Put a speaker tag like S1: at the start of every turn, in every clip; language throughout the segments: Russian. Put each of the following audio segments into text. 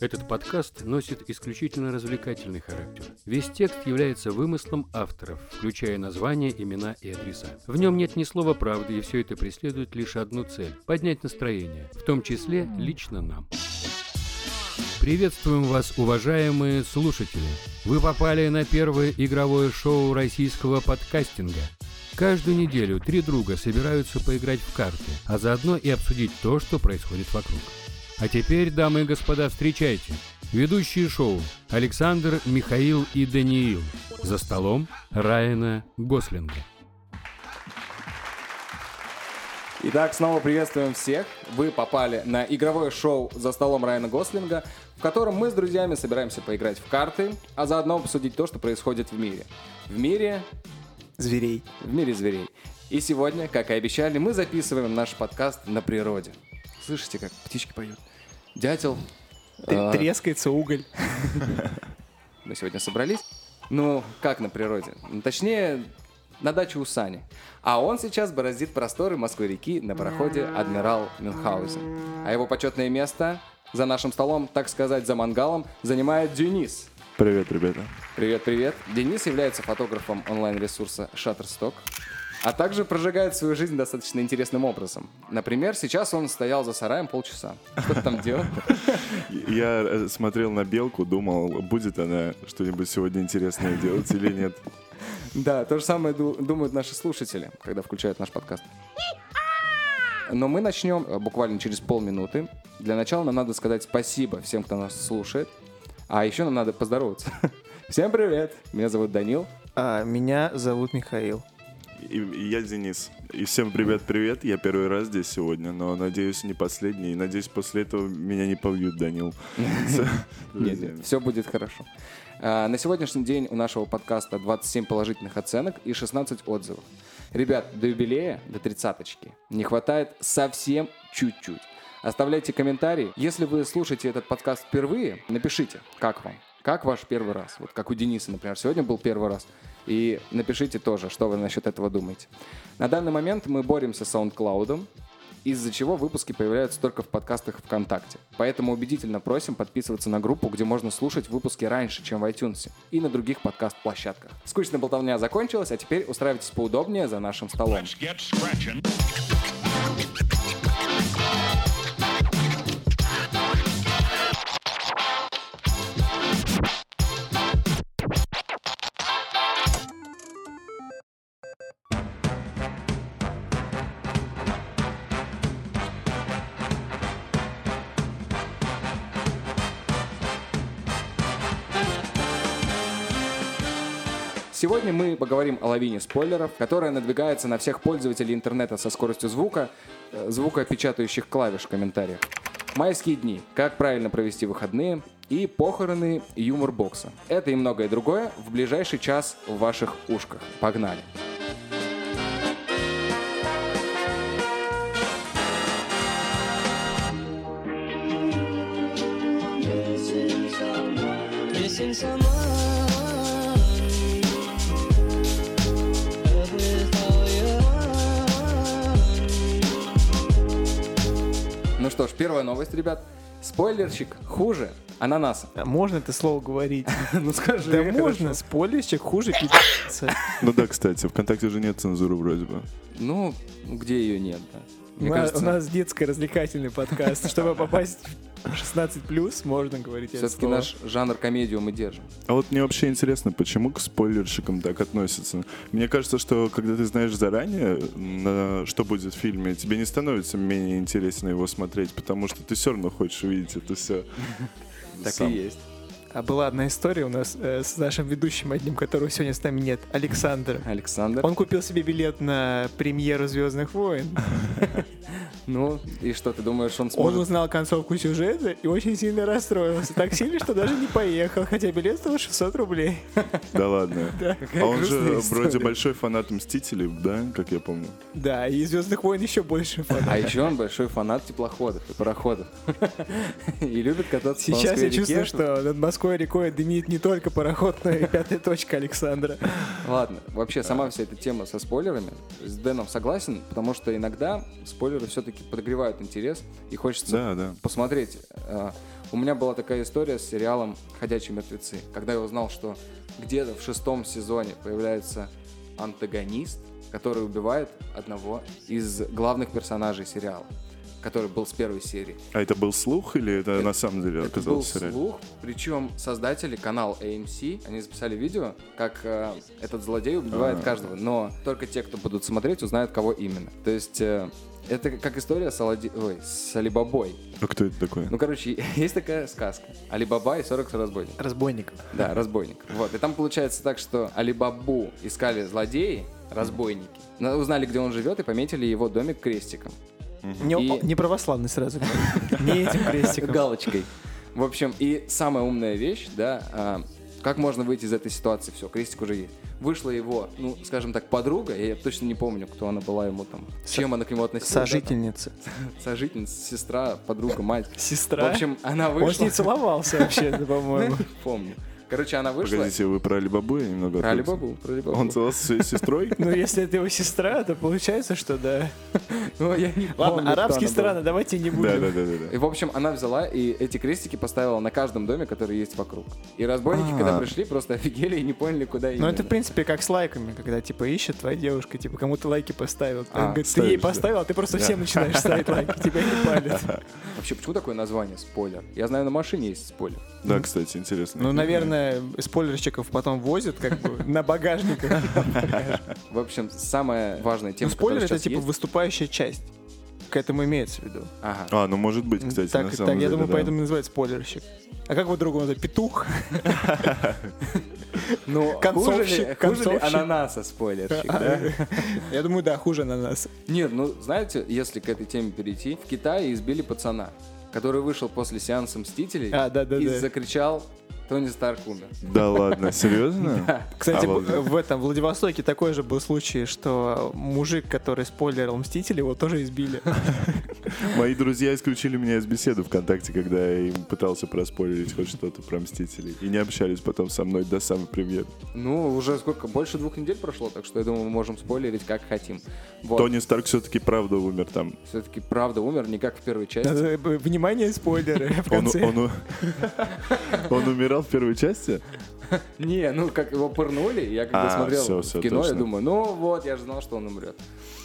S1: Этот подкаст носит исключительно развлекательный характер. Весь текст является вымыслом авторов, включая названия, имена и адреса. В нем нет ни слова правды, и все это преследует лишь одну цель – поднять настроение, в том числе лично нам. Приветствуем вас, уважаемые слушатели! Вы попали на первое игровое шоу российского подкастинга. Каждую неделю три друга собираются поиграть в карты, а заодно и обсудить то, что происходит вокруг. А теперь, дамы и господа, встречайте. Ведущие шоу Александр, Михаил и Даниил. За столом Райана Гослинга.
S2: Итак, снова приветствуем всех. Вы попали на игровое шоу «За столом Райана Гослинга», в котором мы с друзьями собираемся поиграть в карты, а заодно обсудить то, что происходит в мире. В мире...
S3: Зверей.
S2: В мире зверей. И сегодня, как и обещали, мы записываем наш подкаст на природе. Слышите, как птички поют? Дятел.
S3: Тре-
S2: а,
S3: Трескается уголь.
S2: мы сегодня собрались. Ну, как на природе? Ну, Точнее, на даче у Сани. А он сейчас бороздит просторы Москвы-реки на пароходе «Адмирал Мюнхгаузен». А его почетное место за нашим столом, так сказать, за мангалом, занимает Денис.
S4: Привет, ребята.
S2: Привет-привет. Денис является фотографом онлайн-ресурса Shutterstock, а также прожигает свою жизнь достаточно интересным образом. Например, сейчас он стоял за сараем полчаса. Что ты там делал?
S4: Я э, смотрел на белку, думал, будет она что-нибудь сегодня интересное делать или нет.
S2: Да, то же самое ду- думают наши слушатели, когда включают наш подкаст. Но мы начнем э, буквально через полминуты. Для начала нам надо сказать спасибо всем, кто нас слушает. А еще нам надо поздороваться. Всем привет! Меня зовут Данил.
S3: А, меня зовут Михаил.
S4: И, и я Денис. И всем привет-привет. Я первый раз здесь сегодня, но надеюсь, не последний. И надеюсь, после этого меня не побьют, Данил. С
S2: Нет,
S4: друзьями.
S2: все будет хорошо. А, На сегодняшний день у нашего подкаста 27 положительных оценок и 16 отзывов. Ребят, до юбилея, до тридцаточки, не хватает совсем чуть-чуть. Оставляйте комментарии. Если вы слушаете этот подкаст впервые, напишите, как вам. Как ваш первый раз? Вот как у Дениса, например, сегодня был первый раз. И напишите тоже, что вы насчет этого думаете. На данный момент мы боремся с SoundCloud, из-за чего выпуски появляются только в подкастах ВКонтакте. Поэтому убедительно просим подписываться на группу, где можно слушать выпуски раньше, чем в iTunes, и на других подкаст-площадках. Скучная болтовня закончилась, а теперь устраивайтесь поудобнее за нашим столом.
S5: Let's get scratching.
S2: Сегодня мы поговорим о лавине спойлеров, которая надвигается на всех пользователей интернета со скоростью звука, э, звука печатающих клавиш в комментариях. Майские дни, как правильно провести выходные и похороны юмор бокса. Это и многое другое в ближайший час в ваших ушках. Погнали!
S6: Missing someone Love with all your heart.
S2: Ну что ж, первая новость, ребят. Спойлерщик хуже ананаса.
S3: А Можно это слово говорить?
S2: Ну скажи.
S3: Да
S2: хорошо.
S3: можно, спойлерщик хуже пи***ца.
S4: Ну да, кстати, ВКонтакте же нет цензуры вроде бы.
S2: Ну, где ее нет, да.
S3: У
S2: Мне
S3: нас- у
S2: кажется,
S3: нас детско-развлекательный подкаст. Чтобы попасть в 16+, можно говорить это
S2: все-таки
S3: слово.
S2: наш жанр комедию мы держим.
S4: А вот мне вообще интересно, почему к спойлерщикам так относятся? Мне кажется, что когда ты знаешь заранее, на что будет в фильме, тебе не становится менее интересно его смотреть, потому что ты все равно хочешь увидеть это все.
S2: Так и есть.
S3: А была одна история у нас э, с нашим ведущим одним, которого сегодня с нами нет, Александр.
S2: Александр.
S3: Он купил себе билет на премьеру Звездных войн.
S2: Ну, и что, ты думаешь, он
S3: Он
S2: сможет?
S3: узнал концовку сюжета и очень сильно расстроился. Так сильно, что даже не поехал, хотя билет стоил 600 рублей.
S4: Да ладно.
S3: какая
S4: А он
S3: грустная
S4: же вроде
S3: история.
S4: большой фанат Мстителей, да, как я помню.
S3: Да, и Звездных войн еще больше фанат.
S2: А еще он большой фанат теплоходов и пароходов. И любит кататься по
S3: Сейчас
S2: Москве
S3: я
S2: реке,
S3: чувствую,
S2: чтобы-
S3: что над Москвой рекой дымит не только пароход, но и пятая точка Александра.
S2: Ладно, вообще сама вся эта тема со спойлерами. С Дэном согласен, потому что иногда спойлеры все-таки подогревают интерес и хочется
S4: Да, да.
S2: посмотреть. э, У меня была такая история с сериалом «Ходячие мертвецы». Когда я узнал, что где-то в шестом сезоне появляется антагонист, который убивает одного из главных персонажей сериала, который был с первой серии.
S4: А это был слух или это, на самом деле
S2: Это был
S4: оказалось реально?
S2: слух, причем создатели канал AMC, они записали видео, как э, этот злодей убивает каждого, но только те, кто будут смотреть, узнают, кого именно. То есть э, это как история с, Алади... Ой, с Алибабой.
S4: А кто это такой?
S2: Ну, короче, есть такая сказка. Алибаба и 40 разбойников.
S3: Разбойник.
S2: Да, разбойник. Вот. И там получается так, что Алибабу искали злодеи, разбойники. Но Узнали, где он живет, и пометили его домик крестиком.
S3: Не,
S2: И-
S3: о, не православный сразу. Не этим крестиком.
S2: Галочкой. В общем, и самая умная вещь, да, а, как можно выйти из этой ситуации? Все, крестик уже есть. Вышла его, ну, скажем так, подруга, я точно не помню, кто она была ему там, с чем она к нему относилась.
S3: Сожительница.
S2: да, там. Сожительница, сестра, подруга, мать.
S3: Сестра.
S2: В общем, она вышла.
S3: Он с ней целовался вообще, по-моему.
S2: Помню. Короче, она вышла.
S4: Погодите, вы про Алибабу я немного
S2: Про
S4: отвлекся.
S2: Алибабу, про Алибабу.
S4: Он целовался со своей сестрой?
S3: Ну, если это его сестра, то получается, что да.
S2: Ну, я не помню, кто
S3: Ладно,
S2: она
S3: арабские
S2: была.
S3: страны, давайте не
S4: Да,
S3: будем.
S4: да, да, да. да.
S2: И, в общем, она взяла и эти крестики поставила на каждом доме, который есть вокруг. И разбойники, когда
S4: А.
S2: пришли, просто офигели и не поняли, куда
S3: Ну,
S2: именно.
S3: это, в принципе, как с лайками, когда, типа, ищет твоя девушка, типа, кому-то лайки поставил.
S2: А,
S3: Говорит, ты
S4: ставишь,
S3: ей
S4: да.
S3: поставил, а ты просто всем начинаешь ставить лайки, тебя не палят.
S2: Вообще, почему такое название спойлер? Я знаю, на машине есть спойлер.
S4: Да, кстати, интересно.
S3: Ну, наверное, спойлерщиков потом возят, как бы, на багажниках.
S2: В общем, самая важная
S3: Ну,
S2: тема,
S3: спойлер —
S2: которая
S3: это,
S2: сейчас
S3: типа,
S2: есть-
S3: выступающая часть. К этому имеется в виду.
S2: Ага.
S4: А, ну может быть, кстати,
S3: так,
S4: на
S3: так,
S4: самом деле.
S3: я думаю,
S4: да.
S3: поэтому и называют спойлерщик. А как по-другому? Это петух?
S2: Ну,
S3: концовщик,
S2: хуже ли, хуже ли
S3: концовщик. А,
S2: ананаса спойлерщик, да?
S3: Я думаю, да, хуже на нас.
S2: Нет, ну, знаете, если к этой теме перейти, в Китае избили пацана, который вышел после сеанса «Мстителей»
S3: А, да-да-да.
S2: и закричал «Тони Старк умер».
S4: Да ладно, серьезно?
S3: Кстати,
S4: А вот-
S3: б- в этом в Владивостоке такой же был случай, что мужик, который спойлерил Мстители, его тоже избили.
S4: Мои друзья исключили меня из беседы ВКонтакте, когда я им пытался проспойлерить хоть что-то про Мстителей. И не общались потом со мной до самой премьеры.
S2: Ну, уже сколько? Больше двух недель прошло, так что я думаю, мы можем спойлерить как хотим. Вот.
S4: Тони Старк все-таки правда умер там.
S2: Все-таки правда умер, не как в первой части.
S3: Надо, б- Внимание, спойлеры в
S4: Он,
S3: конце.
S4: он у- он умирал в первой части?
S2: Не, ну как его пырнули, я когда
S4: А,
S2: смотрел
S4: всё,
S2: в
S4: всё,
S2: кино, я
S4: точно.
S2: думаю, ну вот, я же знал, что он умрет.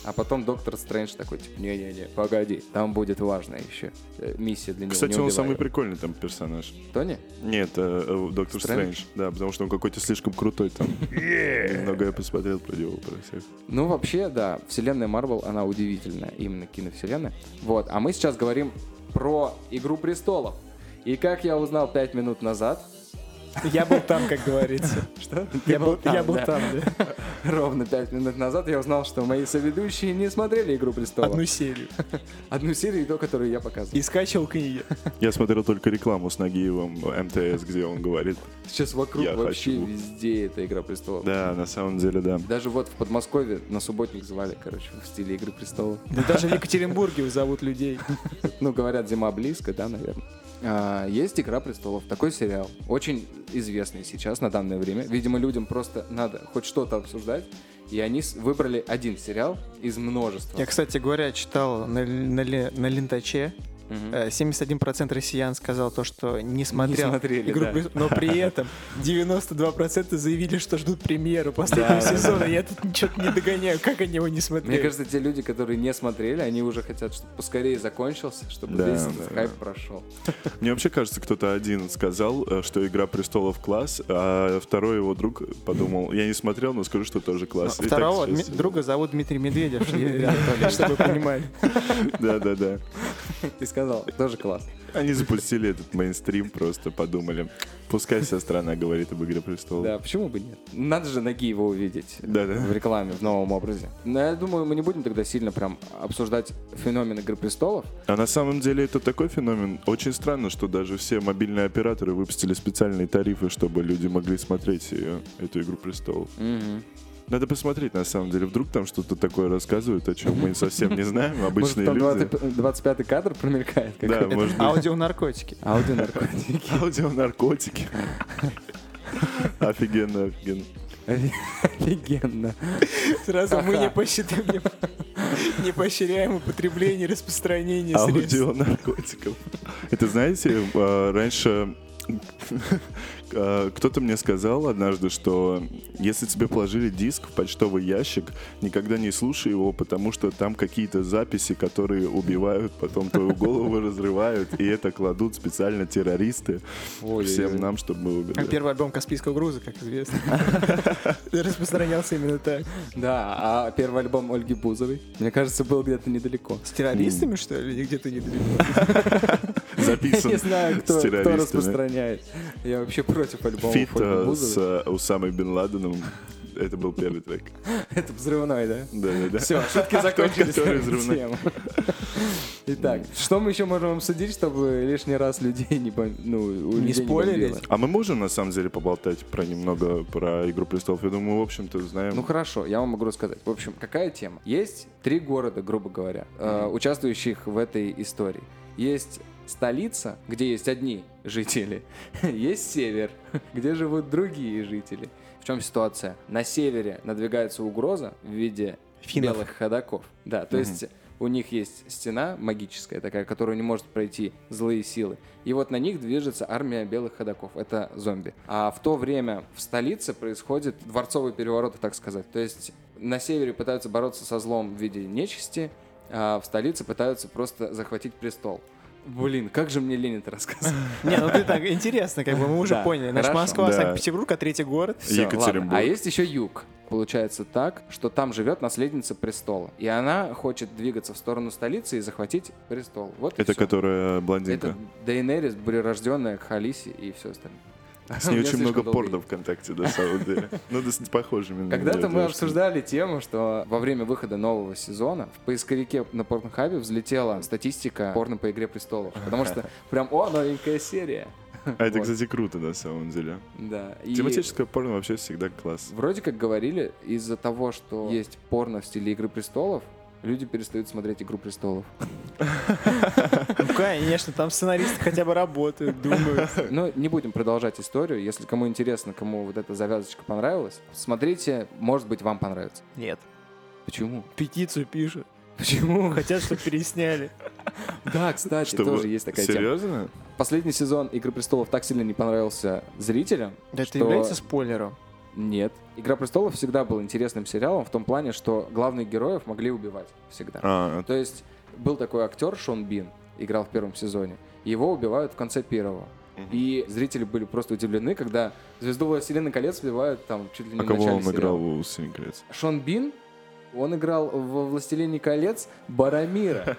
S2: А потом доктор Стрэндж такой, типа, не-не-не, погоди, там будет важная еще э, миссия для него.
S4: Кстати,
S2: не
S4: он
S2: убивай
S4: самый
S2: его».
S4: прикольный там персонаж.
S2: Тони?
S4: Нет, э, э, Доктор
S2: Стрэндж?
S4: Стрэндж. Да, потому что он какой-то слишком крутой там. Немного я посмотрел про него, про всех.
S2: Ну, вообще, да, вселенная Марвел, она удивительная, именно киновселенная. Вот, а мы сейчас говорим про «Игру престолов». И как я узнал пять минут назад,
S3: Я был там, как говорится. Что? Я был, я был
S2: да.
S3: там, да.
S2: ровно пять минут назад, я узнал, что мои соведущие не смотрели «Игру престолов».
S3: Одну серию.
S2: Одну серию, и ту, которую я показывал.
S3: И скачивал книги.
S4: Я смотрел только рекламу с Нагиевым э, МТС, где он говорит.
S2: Сейчас вокруг
S4: Я
S2: вообще
S4: хочу.
S2: везде эта «Игра престолов».
S4: Да, на самом деле, да.
S2: Даже вот в Подмосковье на субботник звали, короче, в стиле «Игры престолов».
S3: Да даже в Екатеринбурге зовут людей.
S2: Ну, говорят, зима близко, да, наверное. А, есть «Игра престолов», такой сериал, очень известный сейчас, на данное время. Видимо, людям просто надо хоть что-то обсуждать, и они с- выбрали один сериал из множества.
S3: Я, кстати говоря, читал на, на, ли- на Лентаче.
S2: Мгм.
S3: э, 71% россиян сказал то, что не смотрел
S2: смотрели,
S3: «Игру
S2: да.
S3: престолов», но при этом 92% заявили, что ждут премьеру последнего сезона. Я тут что-то не догоняю, как они его не смотрели.
S2: Мне кажется, те люди, которые не смотрели, они уже хотят, чтобы поскорее закончился, чтобы
S4: Да,
S2: весь
S4: да,
S2: этот
S4: да.
S2: хайп прошел.
S4: Мне вообще кажется, кто-то один сказал, э, что «Игра престолов» класс, а второй его друг подумал, я не смотрел, но скажу, что тоже
S3: Но
S4: класс. И так
S3: А, Второго
S4: сейчас-
S3: Дми- друга зовут Дмитрий Медведев, чтобы вы понимали.
S4: Да-да-да.
S2: И сказал, тоже класс.
S4: Они запустили этот мейнстрим, просто подумали. Пускай вся страна говорит об «Игре престолов».
S2: Да, почему бы нет? Надо же ноги его увидеть.
S4: Да-да.
S2: В рекламе, в новом образе. Но я думаю, мы не будем тогда сильно прям обсуждать феномен Игры Престолов.
S4: А на самом деле это такой феномен. Очень странно, что даже все мобильные операторы выпустили специальные тарифы, чтобы люди могли смотреть ее, эту «Игру престолов». Надо посмотреть, на самом деле. Вдруг там что-то такое рассказывают, о чем мы совсем не знаем,
S2: Может,
S4: обычные
S2: там
S4: люди.
S2: 20 25-й кадр промелькает? А как
S4: Да, может быть.
S3: Аудионаркотики.
S2: Аудионаркотики.
S4: Аудионаркотики. Офигенно, офигенно.
S2: Офигенно.
S3: Сразу мы
S2: Ха-ха.
S3: не посчитаем, не поощряем употребление и распространение средств.
S4: Аудио наркотиков. Это знаете, э, раньше э, кто-то мне сказал однажды, что если тебе положили диск в почтовый ящик, никогда не слушай его, потому что там какие-то записи, которые убивают, потом твою голову разрывают, и это кладут специально террористы всем нам, чтобы мы
S3: А
S4: умерли.
S3: Первый альбом Каспийского груза, как известно. Распространялся именно так.
S2: Да, а первый альбом Ольги Бузовой, мне кажется, был где-то недалеко.
S3: С террористами, что ли? Где-то не далеко.
S4: Записан
S2: Не знаю,
S4: с
S2: кто, кто
S4: террористами.
S2: распространяет. Я вообще против альбома
S4: Фит
S2: Ольги
S4: э, с
S2: Бузовой.
S4: э, Усамой Бен Ладеном. Это был первый трек.
S2: Это взрывной, да?
S4: Да-да-да.
S2: Все, шутки закончились.
S4: который
S2: на эту
S4: взрывной.
S2: тему. Итак, что мы еще можем обсудить, чтобы лишний раз людей не бом- ну, у людей
S3: Не спойлерить?
S2: бомбило?
S4: А мы можем на самом деле поболтать про немного про Игру престолов. Я думаю, мы, в общем-то, знаем.
S2: Ну хорошо, я вам могу рассказать. В общем, какая тема? Есть три города, грубо говоря, э, участвующих в этой истории. Есть столица, где есть одни жители. Есть север, где живут другие жители. В чем ситуация? На севере надвигается угроза в виде
S3: Финнов.
S2: белых ходаков. Да, то есть у них есть стена магическая такая, которую не может пройти злые силы. И вот на них движется армия белых ходаков. Это зомби. А в то время в столице происходит дворцовый переворот, так сказать. То есть на севере пытаются бороться со злом в виде нечисти, а в столице пытаются просто захватить престол. Блин, как же мне лень это рассказывать.
S3: Не, ну ты так, интересно, как бы мы уже
S2: Да,
S3: поняли. Наш
S2: хорошо.
S3: Москва,
S4: Да.
S3: Санкт-Петербург, а третий город.
S2: Всё,
S4: Екатеринбург.
S2: ладно. А есть еще юг. Получается так, что там живет наследница престола. И она хочет двигаться в сторону столицы и захватить престол. Вот и
S4: Это
S2: всё.
S4: которая блондинка.
S2: Это Дейнерис, прирожденная к Халисе и все остальное.
S4: С ней
S2: Мне
S4: очень
S2: слишком
S4: много
S2: долго
S4: порно ВКонтакте, на самом деле. Ну, да, с похожими. на меня
S2: Когда-то мы
S4: девушками.
S2: обсуждали тему, что во время выхода нового сезона в поисковике на Порнхабе взлетела статистика порно по «Игре престолов». Потому что прям, о, новенькая серия.
S4: А это,
S2: Вот.
S4: кстати, круто, на самом деле.
S2: Да. и-
S4: Тематическое порно вообще всегда класс.
S2: Вроде как говорили, из-за того, что есть порно в стиле «Игры престолов», люди перестают смотреть «Игру престолов».
S3: Ну, конечно, там сценаристы хотя бы работают, думают.
S2: Но не будем продолжать историю. Если кому интересно, кому вот эта завязочка понравилась, смотрите, может быть, вам понравится.
S3: Нет.
S2: Почему?
S3: Петицию пишут. Почему? Хотят, чтобы пересняли.
S2: Да, кстати,
S4: Чтобы-
S2: тоже есть такая тема.
S4: Серьезно?
S2: Последний сезон «Игры престолов» так сильно не понравился зрителям,
S3: Да
S2: что-
S3: это является спойлером.
S2: Нет. «Игра престолов» всегда был интересным сериалом в том плане, что главных героев могли убивать всегда.
S4: А,
S2: То есть был такой актер Шон Бин, играл в первом сезоне. Его убивают в конце первого. И зрители были просто удивлены, когда звезду «Властелина колец» убивают там чуть ли не
S4: а
S2: в
S4: кого
S2: начале
S4: он
S2: сериала.
S4: играл в «Синий колец»?
S2: Шон Бин, он играл во «Властелине колец» Барамира.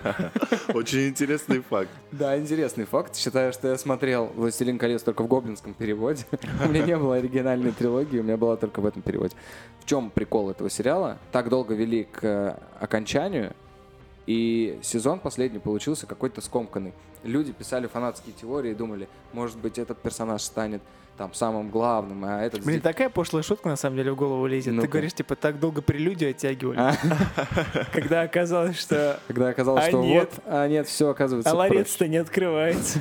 S4: Очень интересный факт.
S2: Да, интересный факт. Считаю, что я смотрел «Властелин колец» только в гоблинском переводе. У меня не было оригинальной трилогии, у меня была только в этом переводе. В чем прикол этого сериала? Так долго вели к э, окончанию, и сезон последний получился какой-то скомканный. Люди писали фанатские теории и думали, может быть, этот персонаж станет там самым главным, а этот...
S3: Блин,
S2: здесь-
S3: такая пошлая шутка на самом деле в голову лезет.
S2: Ну-ка.
S3: Ты говоришь, типа, так долго прелюдию оттягивали.
S2: А.
S3: Когда оказалось, что
S2: Когда оказалось,
S3: А
S2: что
S3: нет.
S2: вот, а нет, все оказывается
S3: а
S2: проще.
S3: ларец-то не открывается.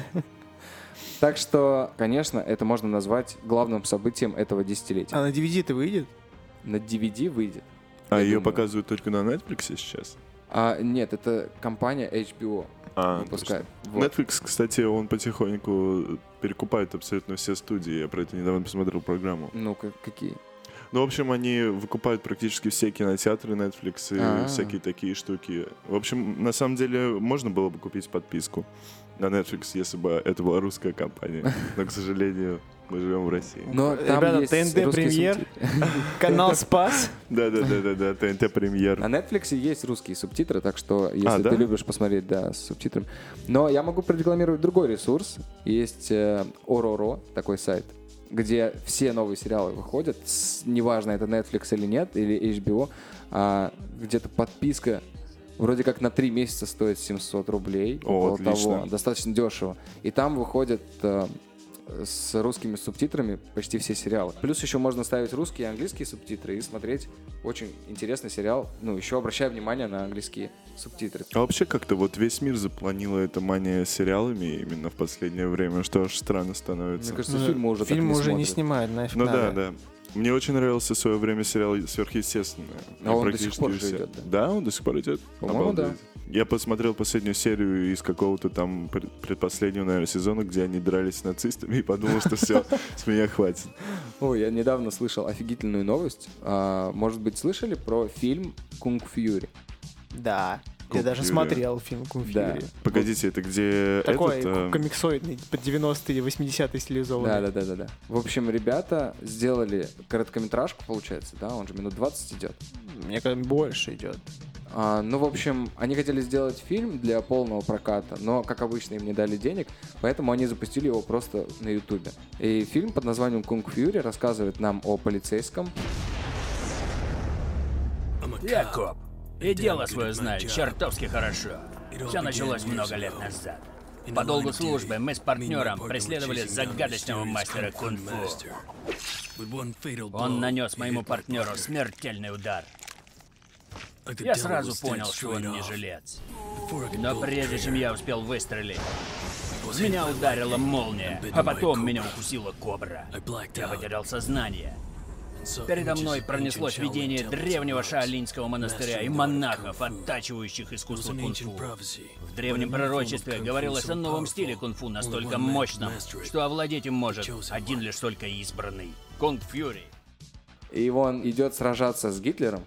S2: Так что, конечно, это можно назвать главным событием этого десятилетия.
S3: А на DVD-то выйдет?
S2: На DVD выйдет.
S4: А
S2: Я
S4: ее
S2: думаю.
S4: показывают только на Netflix сейчас?
S2: А, нет, это компания HBO
S4: А,
S2: выпускает. Ну, Вот.
S4: Netflix, кстати, он потихоньку перекупает абсолютно все студии. Я про это недавно посмотрел программу.
S2: Ну, ка- какие?
S4: Ну, в общем, они выкупают практически все кинотеатры Netflix и
S2: А.
S4: всякие такие штуки. В общем, на самом деле, можно было бы купить подписку на Netflix, если бы это была русская компания. Но, к сожалению, мы живем в России.
S2: Но там
S3: Ребята,
S2: есть
S3: TNT
S2: русские
S3: премьер.
S2: субтитры.
S3: Канал Спас.
S4: Да-да-да-да, ТНТ
S2: На
S4: премьер.
S2: Netflix есть русские субтитры, так что, если
S4: А, да?
S2: ты любишь посмотреть, да, с субтитрами. Но я могу прорекламировать другой ресурс. Есть э, Ороро, такой сайт, где все новые сериалы выходят, с- неважно, это Netflix или нет, или HBO, а, где-то подписка вроде как на 3 месяца стоит 700 рублей.
S4: О,
S2: около
S4: отлично.
S2: того. достаточно дешево. И там выходят э, с русскими субтитрами почти все сериалы. Плюс еще можно ставить русские и английские субтитры и смотреть очень интересный сериал. Ну, еще обращая внимание на английские субтитры.
S4: А вообще как-то вот весь мир запланила эта мания сериалами именно в последнее время, что аж странно
S2: Мне
S4: становится.
S2: кажется, фильмы уже так
S3: Фильм
S2: не
S3: Ну, уже не
S2: смотрят.
S3: снимают, нафиг
S4: Ну да,
S3: надо.
S4: да. Мне очень нравился в свое время сериал «Сверхъестественное».
S2: А он до
S4: Практически
S2: сих пор же
S4: все.
S2: идет, да?
S4: Да, он до сих пор идет.
S2: По-моему, да.
S4: Обалдеть. Я посмотрел последнюю серию из какого-то там пред- предпоследнего, наверное, сезона, где они дрались с нацистами, и подумал, что все, с меня хватит.
S2: Ой, я недавно слышал офигительную новость. А, может быть, слышали про фильм «Кунг Фьюри»?
S3: Да. Я
S4: Кунг
S3: даже
S4: Фьюри.
S3: смотрел фильм Кунг
S2: Да.
S3: Фьюри.
S4: Погодите, это где
S3: Такой
S4: этот, э,
S3: комиксоидный, под 90-е, 80-е стилизованный.
S2: Да, да, да, да, да. В общем, ребята сделали короткометражку, получается, да, он же минут 20 идет.
S3: Мне кажется, больше идет.
S2: А, ну, в общем, они хотели сделать фильм для полного проката, но, как обычно, им не дали денег, поэтому они запустили его просто на Ютубе. И фильм под названием «Кунг Фьюри» рассказывает нам о полицейском,
S5: Я коп. И дело свое знаю чертовски хорошо. Все началось много лет назад. По долгу службы мы с партнером преследовали загадочного мастера кунг-фу. Он нанес моему партнеру смертельный удар. Я сразу понял, что он не жилец. Но прежде чем я успел выстрелить, в меня ударила молния, а потом меня укусила кобра. Я потерял сознание. Передо мной пронеслось видение древнего шаолиньского монастыря и монахов, оттачивающих искусство кунг-фу. В древнем пророчестве говорилось о новом стиле кунг-фу настолько мощном, что овладеть им может один лишь только избранный. Кунг-фьюри.
S2: и он идет сражаться с Гитлером,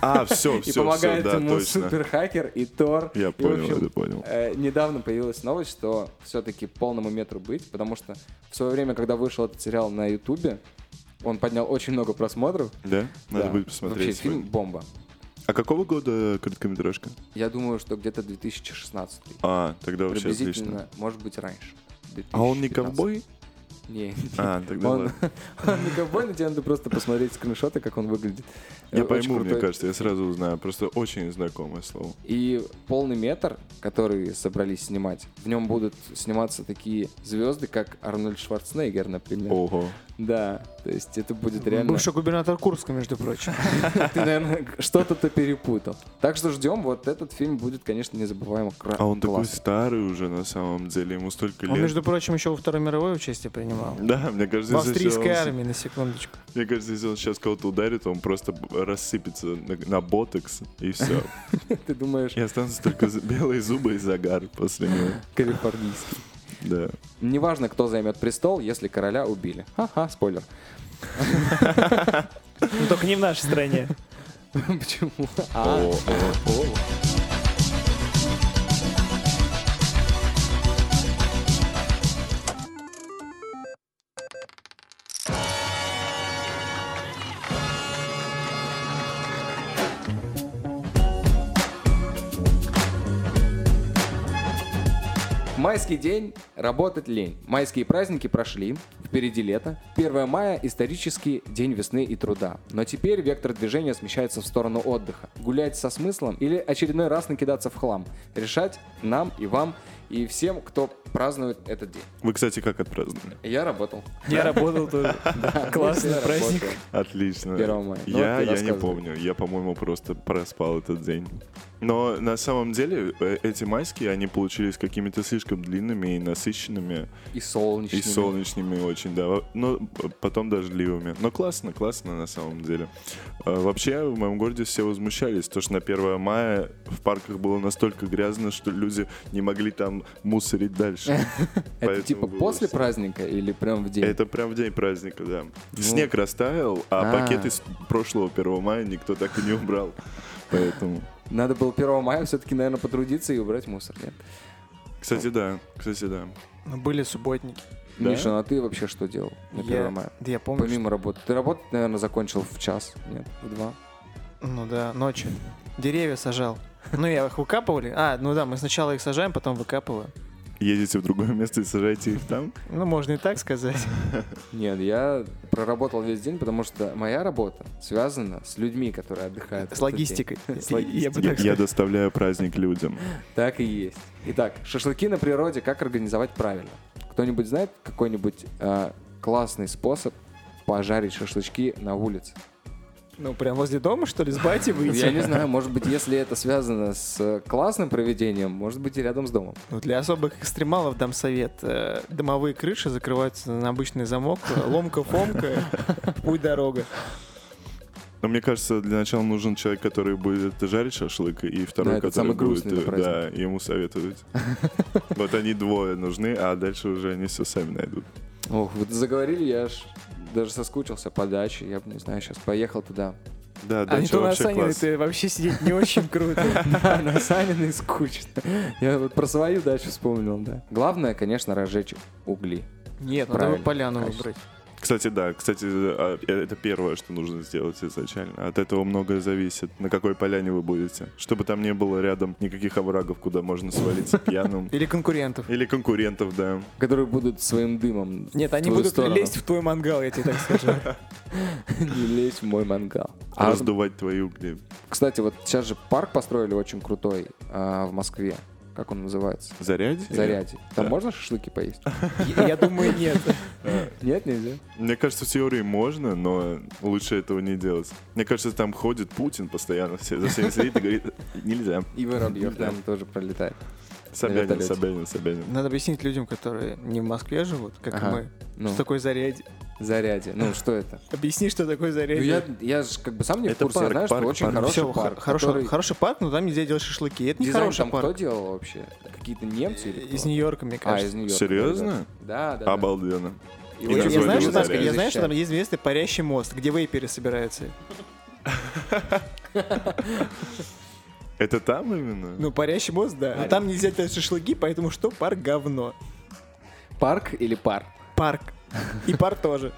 S4: А, все,
S2: и
S4: все, все,
S2: помогает
S4: да,
S2: ему
S4: точно.
S2: суперхакер и Тор.
S4: Я
S2: И, в
S4: понял,
S2: общем,
S4: я понял.
S2: э, недавно появилась новость, что все-таки полному метру быть, потому что в свое время, когда вышел этот сериал на Ютубе, он поднял очень много просмотров.
S4: Да? Надо
S2: Да. Вообще,
S4: будет посмотреть.
S2: фильм бомба.
S4: А какого года короткометражка?
S2: Я думаю, что где-то 2016.
S4: А, тогда вообще
S2: Приблизительно,
S4: отлично.
S2: может быть, раньше.
S4: А он не
S2: 2015.
S4: ковбой?
S2: Не.
S4: А, тогда
S2: Он,
S4: ладно.
S2: он не ковбой, но тебе надо просто посмотреть скриншоты, как он выглядит.
S4: Я
S2: Э, очень
S4: пойму, мне
S2: крутой.
S4: кажется, я сразу узнаю. Просто очень знакомое слово.
S2: И полный метр, который собрались снимать, в нем будут сниматься такие звезды, как Арнольд Шварценеггер, например.
S4: Ого.
S2: Да, то есть это
S4: Ну,
S2: будет реально...
S3: Бывший губернатор Курска, между прочим.
S2: Ты, наверное, что-то-то перепутал. Так что ждем, вот этот фильм будет, конечно, незабываемо кра-
S4: А он такой
S2: классный.
S4: старый уже, на самом деле. Ему столько
S3: Он,
S4: лет.
S3: между прочим, еще во Второй мировой участие принимал.
S4: Да, мне кажется,
S3: В
S4: если
S3: австрийской
S4: он-
S3: армии, на секундочку.
S4: Мне кажется, если он сейчас кого-то ударит, он просто б- рассыпется на, на ботокс, и все.
S2: Ты думаешь,
S4: И останутся только з- белые зубы и загар после него.
S2: калифорнийский.
S4: Да.
S2: Неважно, кто займет престол, если короля убили. Ха-ха, спойлер.
S3: Но Ну, только не в нашей стране.
S2: Почему? А.
S4: О, о, о.
S2: Майский день, работать лень. Майские праздники прошли, впереди лето. 1 мая – исторический день весны и труда. Но теперь вектор движения смещается в сторону отдыха. Гулять со смыслом или очередной раз накидаться в хлам. Решать нам и вам, и всем, кто празднует этот день.
S4: Вы, кстати, как отпраздновали?
S2: Я работал.
S3: Я работал тоже. Классный праздник.
S4: Отлично.
S2: 1 мая. Ну, вот
S4: Я,
S2: ты
S4: я не
S2: рассказывай.
S4: помню. Я, по-моему, просто проспал этот день. Но на самом деле э, эти майские, они получились какими-то слишком длинными и насыщенными,
S2: И солнечный.
S4: и солнечными очень, да. Во- Но э, потом дождливыми. Но классно, классно на самом деле. Э, Вообще в моем городе все возмущались, то что на 1 мая в парках было настолько грязно, что люди не могли там мусорить дальше.
S2: Это
S4: Поэтому
S2: типа
S4: было
S2: после
S4: всё.
S2: праздника или прям в день?
S4: Это прям в день праздника, да. Снег растаял, Ну. а,
S2: А.
S4: пакеты с прошлого 1 мая никто так и не убрал. Поэтому.
S2: Надо было 1 мая все-таки, наверное, потрудиться и убрать мусор, нет?
S4: Кстати, да. Кстати, да.
S3: Ну, Были субботники.
S4: Да?
S2: Миша, ну а ты вообще что делал на 1
S3: Я-
S2: мая?
S3: Да я помню,
S2: Помимо работы. Ты работать, наверное, закончил в час, нет, в два.
S3: что- Ну да, ночью. Деревья сажал. Ну, я их выкапывали. А, ну да, мы сначала их сажаем, потом выкапываем.
S4: Едете в другое место и сажаете их там.
S3: Ну, можно и так сказать.
S2: Нет, я проработал весь день, потому что моя работа связана с людьми, которые отдыхают. в
S3: С
S2: этот
S3: логистикой.
S2: С
S3: Я бы
S2: логистикой.
S4: Я,
S3: так сказал.
S4: доставляю праздник людям.
S2: день. Так и есть. Итак, шашлыки на природе, как организовать правильно? Кто-нибудь знает а, какой-нибудь э, классный способ пожарить шашлычки на улице?
S3: Ну, прям возле дома, что ли, с бати выйти?
S2: Я не знаю, может быть, если это связано с э, классным проведением, может быть, и рядом с домом.
S3: Ну, для особых экстремалов дам совет. Э, Домовые крыши закрываются на обычный замок. э, Ломка-фомка, путь дорога.
S4: Но мне кажется, для начала нужен человек, который будет жарить шашлык, и второй,
S2: Да, это
S4: который
S2: самый
S4: будет,
S2: грустный
S4: э,
S2: праздник.
S4: да, ему советовать. Вот они двое нужны, а дальше уже они все сами найдут.
S2: Ох, вот заговорили, я аж даже соскучился по даче. Я бы, не знаю, сейчас поехал туда.
S4: Да,
S3: А не
S4: дача
S3: то на
S4: вообще
S3: Санина
S4: класс.
S3: это вообще сидеть не очень круто.
S2: Да, А на Саниной скучно. Я вот про свою дачу вспомнил, да. Главное, конечно, разжечь угли.
S3: Нет, надо
S2: Правильно,
S3: бы поляну
S2: конечно.
S3: выбрать.
S4: Кстати, да, кстати, а, э, это первое, что нужно сделать изначально. От этого многое зависит, на какой поляне вы будете. Чтобы там не было рядом никаких оврагов, куда можно свалиться пьяным.
S3: Или конкурентов.
S4: Или конкурентов, да.
S2: Которые будут своим дымом. в
S3: Нет, они
S2: твою
S3: будут
S2: сторону.
S3: лезть в твой мангал, я тебе так скажу.
S2: Не лезь в мой мангал. А,
S4: Раздувать твои угли.
S2: кстати, вот сейчас же парк построили очень крутой а, в Москве. Как он называется?
S4: Зарядь?
S2: Заряди. Там можно шашлыки поесть?
S3: Я я думаю, нет.
S2: Нет, нельзя.
S4: Мне кажется, в теории можно, но лучше этого не делать. Мне кажется, там ходит Путин постоянно, все, за всеми следит и говорит, нельзя.
S2: И Воробьев там тоже пролетает.
S4: Собянин,
S2: вертолете.
S4: Собянин, Собянин.
S3: Надо объяснить людям, которые не в Москве живут, как
S2: Ага.
S3: мы,
S2: Ну,
S3: что такое зарядье.
S2: заряди. Ну, что это?
S3: Объясни, что такое
S2: Ну,
S3: зарядье.
S2: я, я же как бы сам не в
S4: Это
S2: курсе. я
S4: парк,
S2: знаю,
S4: парк,
S2: что очень
S4: парк.
S2: хороший
S3: Всё, хо-
S2: парк.
S3: хороший,
S2: который-
S3: хороший парк, но там нельзя делать шашлыки. Это не
S2: Дизайн
S3: хороший
S2: там кто
S3: парк.
S2: делал вообще? Какие-то немцы или кто?
S3: Из Нью-Йорка, мне
S2: А,
S3: кажется.
S2: из Нью-Йорка.
S4: Серьезно?
S2: Да, да. да.
S4: Обалденно.
S2: И
S4: Я
S2: очень
S3: Я
S4: Название
S3: знаю, что там,
S4: зарядье.
S3: я знаю, что там есть известный парящий мост, где вейперы собираются.
S4: Это там именно?
S3: Ну, парящий мост, да. Но там нельзя делать шашлыки, поэтому что? Парк говно.
S2: Парк или пар?
S3: Парк. И пар тоже.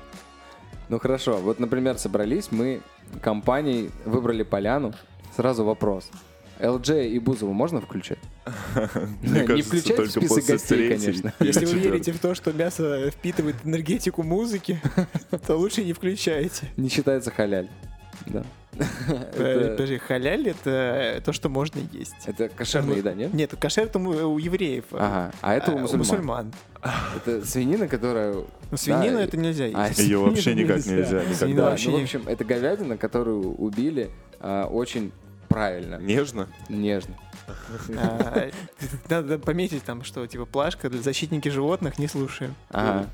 S2: Ну хорошо, вот, например, собрались мы компанией, выбрали поляну. Сразу вопрос. ЛДЖ и Бузову можно включать?
S4: Мне
S2: не
S4: кажется,
S2: включай в
S4: только
S2: список
S4: после
S2: гостей,
S4: третьей
S2: конечно.
S4: или
S3: Если вы
S4: четвертой.
S3: верите в то, что мясо впитывает энергетику музыки, то лучше не включайте.
S2: Не считается халяль. Да.
S3: Э,
S2: Это,
S3: Подожди, халяль — это э, то, что можно есть.
S2: это кошерная еда, нет?
S3: Нет, кашер там у у евреев. Ну, э,
S2: Ага, а это у
S3: а,
S2: мусульман. Это свинина, которая...
S3: Ну, свинину
S2: Да,
S3: это нельзя есть.
S2: А,
S4: Ее вообще никак нельзя,
S3: Свинина
S4: никогда.
S3: вообще
S2: ну, в
S3: не-
S2: общем, это говядина, которую убили а, очень правильно,
S4: Нежно?
S2: нежно.
S3: А, Надо пометить там, что типа плашка для защитники животных не слушаем.
S2: Ага.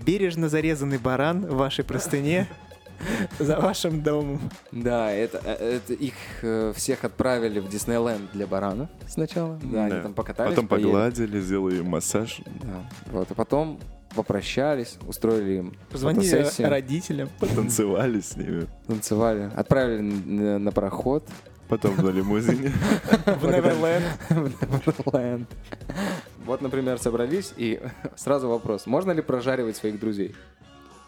S3: Бережно зарезанный баран в вашей простыне за вашим домом.
S2: Да, это, э, это их э, всех отправили в Диснейленд для барана сначала. Да, они
S4: Да.
S2: там покатались.
S4: Потом
S2: поели.
S4: погладили, сделали им массаж.
S2: Да, вот, а потом попрощались, устроили им
S3: Позвонили
S2: фотосессию,
S3: родителям.
S4: Танцевали с ними.
S2: танцевали, отправили на, на пароход
S4: Потом на лимузине.
S3: В Неверленд.
S2: в Neverland. Вот, например, собрались, и сразу вопрос, можно ли прожаривать своих друзей?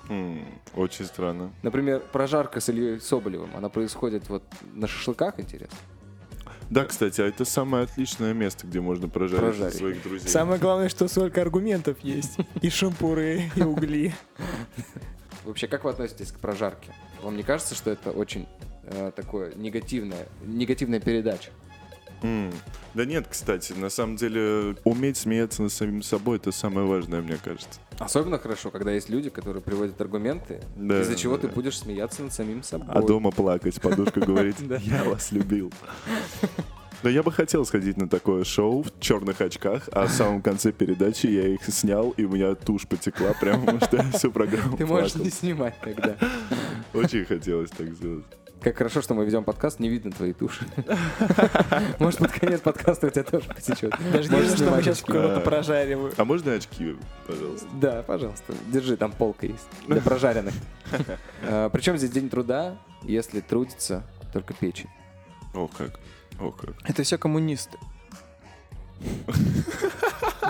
S4: М, Очень странно.
S2: Например, прожарка с Ильей Соболевым, она происходит вот на шашлыках, интересно?
S4: Да, кстати, а это самое отличное место, где можно прожарить
S2: Прожарить.
S4: своих друзей.
S3: Самое главное, что сколько аргументов есть. И шампуры, и угли.
S2: Вообще, как вы относитесь к прожарке? Вам не кажется, что это очень э, такое негативное, негативная передача?
S4: М, Да нет, кстати, на самом деле уметь смеяться над самим собой это самое важное, мне кажется.
S2: Особенно хорошо, когда есть люди, которые приводят аргументы,
S4: Да,
S2: из-за чего
S4: да,
S2: ты
S4: да.
S2: будешь смеяться над самим собой.
S4: А дома плакать, подушка говорить, я вас любил. Но я бы хотел сходить на такое шоу в черных очках, а в самом конце передачи я их снял, и у меня тушь потекла, прям потому что я всю программу
S2: Ты можешь
S4: плакал.
S2: не снимать тогда.
S4: Очень хотелось так сделать.
S2: Как хорошо, что мы ведем подкаст, не видно твои туши. Может, под конец подкаста у тебя тоже потечет.
S3: Даже не знаю, что мы сейчас кого-то
S4: Да.
S3: прожариваем.
S4: А можно очки, пожалуйста?
S2: Да, пожалуйста, держи, там полка есть для прожаренных. А, Причем здесь день труда, если трудится только печень.
S4: О как, о как.
S3: Это все коммунисты.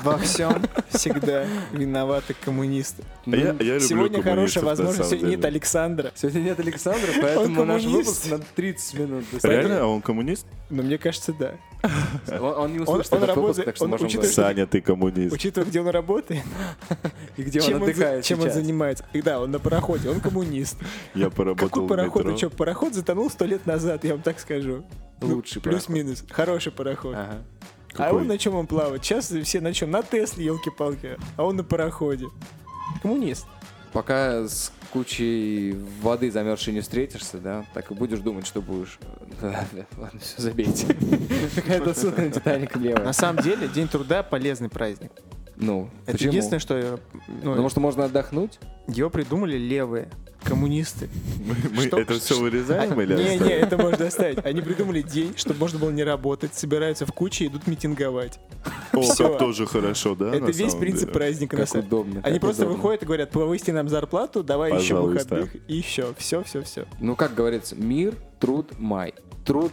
S3: Во всем всегда виноваты коммунисты.
S4: А я, я люблю
S3: Ну, Сегодня
S4: коммунистов,
S3: хорошая
S4: на
S3: возможность.
S4: самом
S3: Сегодня нет
S4: деле.
S3: Александра.
S2: Сегодня нет Александра, поэтому
S3: Он
S2: наш
S3: коммунист.
S2: выпуск на 30 минут.
S4: Реально, а он коммунист?
S3: Но мне кажется, да.
S2: Он, он не
S3: Он-
S2: услышит
S3: он
S2: этот выпуск,
S3: работает-
S2: так что
S3: он
S2: можем...
S3: учитывает-
S2: говорить.
S4: Саня, ты коммунист.
S3: Учитывая, где он работает,
S2: И где он
S3: чем, он, за-
S2: отдыхает
S3: чем он
S2: сейчас?
S3: занимается. И Да, он на пароходе, он коммунист.
S4: Я поработал
S3: Какой
S4: в
S3: пароход?
S4: метро.
S3: Ты что, пароход затонул сто лет назад, я вам так скажу. Ну,
S2: Лучший
S3: Плюс-минус. Хороший пароход.
S2: Ага.
S4: Какой?
S3: А он на чем он плавает? Сейчас все на чем? На Тесле, елки-палки. А он на пароходе. Коммунист.
S2: пока с кучей воды замерзшей не встретишься, да, так и будешь думать, что будешь. Да, да, ладно, все, забейте. Какая-то ссылка на Титаник левая.
S3: На самом деле, День труда полезный праздник.
S2: Ну,
S3: Это
S2: почему?
S3: единственное, что я- ну,
S2: Потому что можно отдохнуть.
S3: его придумали левые коммунисты.
S4: Мы
S3: Что- А,
S4: это все вырезаем или
S3: Не, не,
S4: оставим?
S3: это можно оставить. Они придумали день, чтобы можно было не работать, собираются в куче и идут митинговать.
S4: О,
S3: всё.
S4: как тоже хорошо, да?
S3: это
S4: на
S3: весь
S4: самом
S3: принцип
S4: деле?
S3: праздника. на
S2: Как
S3: самом-
S2: удобно.
S3: Они
S2: как
S3: просто
S2: удобно.
S3: выходят и говорят, повысьте нам зарплату, давай еще
S4: Пожалуйста.
S3: выходных. И еще, все, все, все.
S2: Ну, как говорится, мир, труд, май. Труд,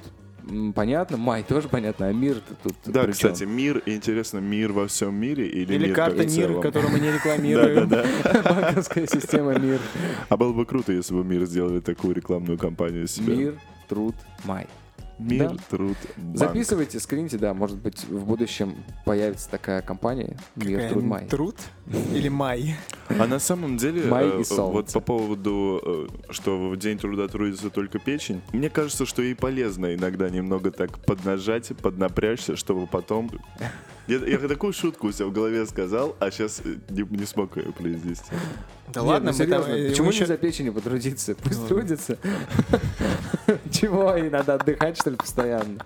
S2: м, понятно, май тоже понятно, а мир то тут
S4: Да,
S2: при чём?
S4: кстати, мир, интересно, мир во всем мире или,
S3: Или
S4: мир
S3: карта
S4: как в
S3: мира,
S4: целом?
S3: которую мы не
S4: Да, да,
S3: рекламируем.
S4: да.
S2: Банковская система мир.
S4: А было бы круто, если бы мир сделали такую рекламную кампанию себе.
S2: Мир, труд, май.
S4: Мир,
S2: Да.
S4: труд, банк.
S2: Записывайте, скрините, да, может быть, в будущем появится такая компания. Мир, труд, май.
S3: Труд или май.
S4: А на самом деле,
S2: Май
S4: э,
S2: и солнце.
S4: вот по поводу, э, что в день труда трудится только печень, мне кажется, что и полезно иногда немного так поднажать, поднапрячься, чтобы потом... Я, я такую шутку у себя в голове сказал, а сейчас не, не смог ее произнести.
S3: Да
S2: Не, ну, серьезно, почему не за печенью потрудиться?
S3: Ну.
S2: Пусть трудится. Чего, и надо отдыхать, что ли, постоянно?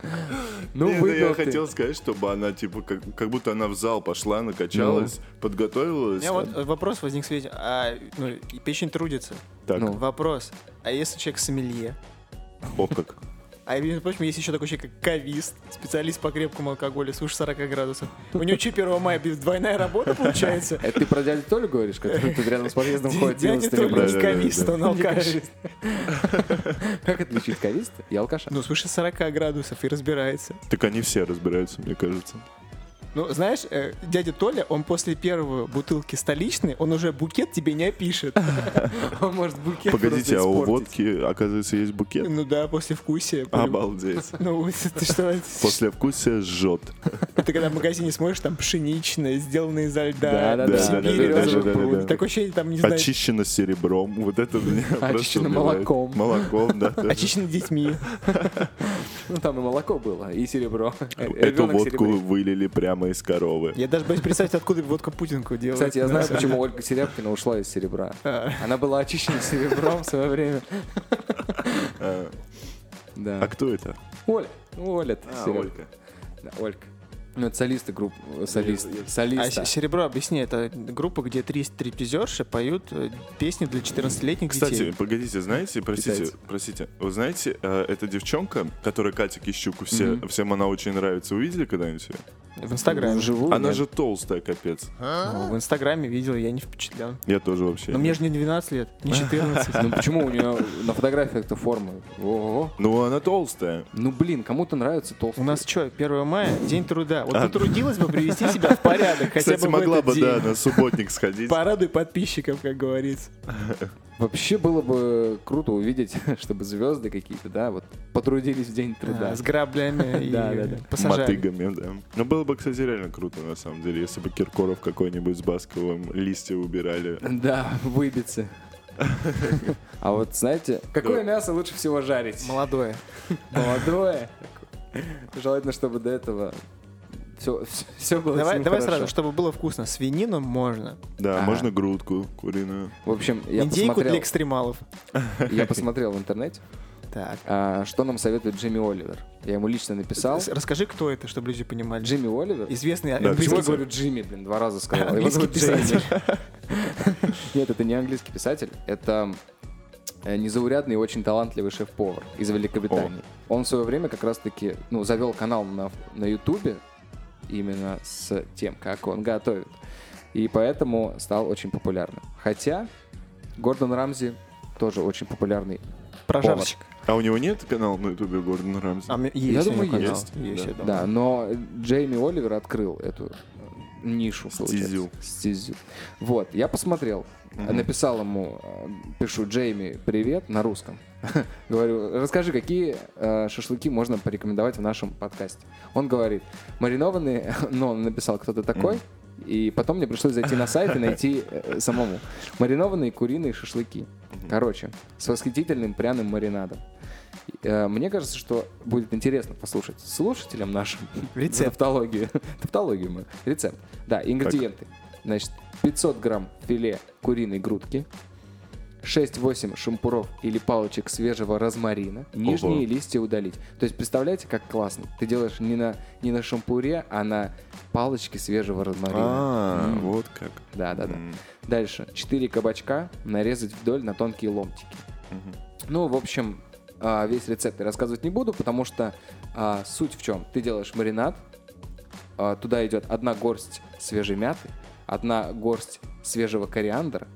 S2: Ну,
S4: Не, ну, я
S2: выпил ты.
S4: хотел сказать, чтобы она, типа, как, как будто она в зал пошла, накачалась,
S3: У
S2: Ну.
S4: подготовилась.
S3: меня вот вопрос возник в свете. А, ну, и печень трудится.
S4: Так,
S2: Ну.
S3: Вопрос. А если человек сомелье?
S4: о как.
S3: А между прочим, есть еще такой человек, как кавист, специалист по крепкому алкоголю, свыше 40 градусов. У него что, 1 мая без- двойная работа получается?
S2: Это ты про дядю Толю говоришь, который тут рядом с подъездом ходит?
S3: Дядя
S2: милостыню
S3: только
S4: брат.
S2: брать?
S3: не кавист, он алкаш.
S2: Как отличить ковиста и алкаша?
S3: Ну, свыше 40 градусов и разбирается.
S4: Так они все разбираются, мне кажется.
S3: Ну, знаешь, э, дядя Толя, он после первой бутылки столичной, он уже букет тебе не опишет.
S2: Он может букет
S4: Погодите,
S2: просто
S4: а у
S2: испортить.
S4: водки, оказывается, есть букет?
S3: Ну да, после вкусия.
S4: Обалдеть.
S3: Ну, ты что, это-
S4: После вкуса жжет.
S3: ты когда в магазине смотришь, там пшеничное, сделанное изо льда,
S2: Да-да-да,
S3: все
S4: да-да-да,
S3: березовые
S4: да-да-да,
S3: прутья.
S4: да.
S3: Такое ощущение, там, не знаю,
S4: Очищено серебром. Вот это меня просто
S2: Очищено
S4: убивает.
S2: молоком.
S4: Молоком, да. тоже.
S3: очищено детьми.
S2: Ну, там и молоко было, и серебро.
S4: Эту
S2: Ребенок
S4: водку
S2: серебрит.
S4: вылили прямо из коровы.
S3: Я даже боюсь представить, откуда водка Путинку делает.
S2: Кстати, я знаю, почему Ольга Серябкина ушла из серебра.
S3: А.
S2: Она была очищена серебром в свое время.
S4: А а
S2: Да.
S4: кто это?
S2: Оля. Ну, Оля, ты
S4: А,
S2: серебро.
S4: Ольга.
S2: Да, Ольга. Ну, это солисты группы. Солист.
S3: А
S2: Солиста.
S3: се- серебро, объясни, это группа, где три стриптизерши поют э, песни для 14-летних
S4: Кстати,
S3: детей.
S4: погодите, знаете, простите,
S2: Китайцы.
S4: простите, вы знаете, э, эта девчонка, которая Катя Кищуку, все, всем она очень нравится, увидели когда-нибудь ее?
S3: В Инстаграме.
S2: Вживую?
S4: Она
S2: нет.
S4: же толстая, капец.
S3: Ну, В Инстаграме видел, я не впечатлен.
S4: Я тоже вообще.
S3: Но
S4: не-
S3: мне же не 12 лет, не 14.
S2: Ну почему у нее на фотографиях-то формы? Ого.
S4: Ну, она толстая.
S2: Ну блин, кому-то нравится толстый.
S3: У нас что, 1 мая, день труда.
S2: А.
S3: Вот потрудилась бы привести себя в порядок, хотя
S4: Кстати,
S3: бы в
S4: могла
S3: этот
S4: бы, да,
S3: день.
S4: на субботник сходить.
S3: Порадуй подписчиков, как говорится.
S2: Вообще было бы круто увидеть, чтобы звезды какие-то, да, вот потрудились в день труда.
S3: А, С граблями
S2: Да, да, да.
S3: и пассажирами.
S4: Мотыгами, да. Ну, было бы, кстати, реально круто, на самом деле, если бы Киркоров какой-нибудь с Басковым листья убирали.
S2: Да, выбиться. А вот знаете, какое мясо лучше всего жарить?
S3: Э, Молодое.
S2: Молодое. Желательно, чтобы до этого все, все было с
S3: Давай,
S2: ним
S3: давай
S2: хорошо.
S3: сразу, чтобы было вкусно. Свинину можно.
S4: Да,
S2: Ага.
S4: можно грудку куриную.
S2: В общем, я
S3: Индейку для
S2: посмотрел,
S3: экстремалов.
S2: я посмотрел в интернете,
S3: Так.
S2: а, что нам советует Джимми Оливер. Я ему лично написал.
S3: С- Расскажи, кто это, чтобы люди понимали.
S2: Джимми Оливер.
S3: Известный
S4: Да,
S2: Почему
S3: английский
S2: я говорю Джимми, блин, два раза сказал. Его
S3: Английский
S2: зовут
S3: писатель.
S2: Джимми. Нет, это не английский писатель, это э, незаурядный и очень талантливый шеф-повар из Великобритании. Он в свое время как раз-таки ну, завел канал на, на Ютубе именно с тем, как он готовит. И поэтому стал очень популярным. Хотя Гордон Рамзи тоже очень популярный.
S3: прожарщик.
S4: А у него нет канала на ютубе Гордон Рамзи?
S3: А, м- есть,
S2: Я думаю,
S3: у него канал.
S2: есть.
S3: Есть, я думаю.
S2: Да, но Джейми Оливер открыл эту э, нишу.
S4: Стезю.
S2: получается. Стезю. Вот, я посмотрел, написал ему, э, пишу Джейми, привет на русском. Говорю, расскажи, какие э, шашлыки можно порекомендовать в нашем подкасте. Он говорит, маринованные, но он написал, кто ты такой. И потом мне пришлось зайти на сайт и найти э, самому. Маринованные куриные шашлыки. Короче, с восхитительным пряным маринадом. Э, Мне кажется, что будет интересно послушать слушателям нашим
S3: Рецепт.
S2: тавтологию. Тавтологию мы. Рецепт. Да, ингредиенты. Значит, 500 грамм филе куриной грудки, 6-8 шампуров или палочек свежего розмарина, нижние листья удалить. То есть, представляете, как классно? Ты делаешь не на, не на шампуре, а на палочке свежего розмарина.
S4: А, вот как.
S2: Да, да, да.
S4: М.
S2: Дальше. 4 кабачка нарезать вдоль на тонкие ломтики. Ну, в общем, а, весь рецепт я рассказывать не буду, потому что а, суть в чем? Ты делаешь маринад, а, туда идет одна горсть свежей мяты, одна горсть свежего кориандра,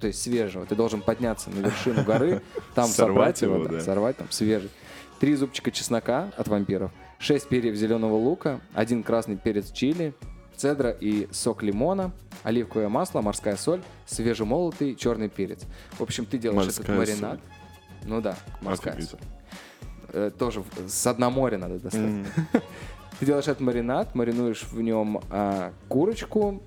S2: то есть свежего. Ты должен подняться на вершину горы, там
S4: Сорвать
S2: собрать его,
S4: его,
S2: да,
S4: да.
S2: сорвать там свежий. Три зубчика чеснока от вампиров, шесть перьев зеленого лука, один красный перец чили, цедра и сок лимона, оливковое масло, морская соль, свежемолотый черный перец. В общем, ты делаешь этот
S4: Морская
S2: маринад.
S4: соль.
S2: Ну да, морская
S4: Офигеть.
S2: соль. Э, Тоже в- с дна моря надо достать.
S4: М.
S2: Ты делаешь этот маринад, маринуешь в нем а, курочку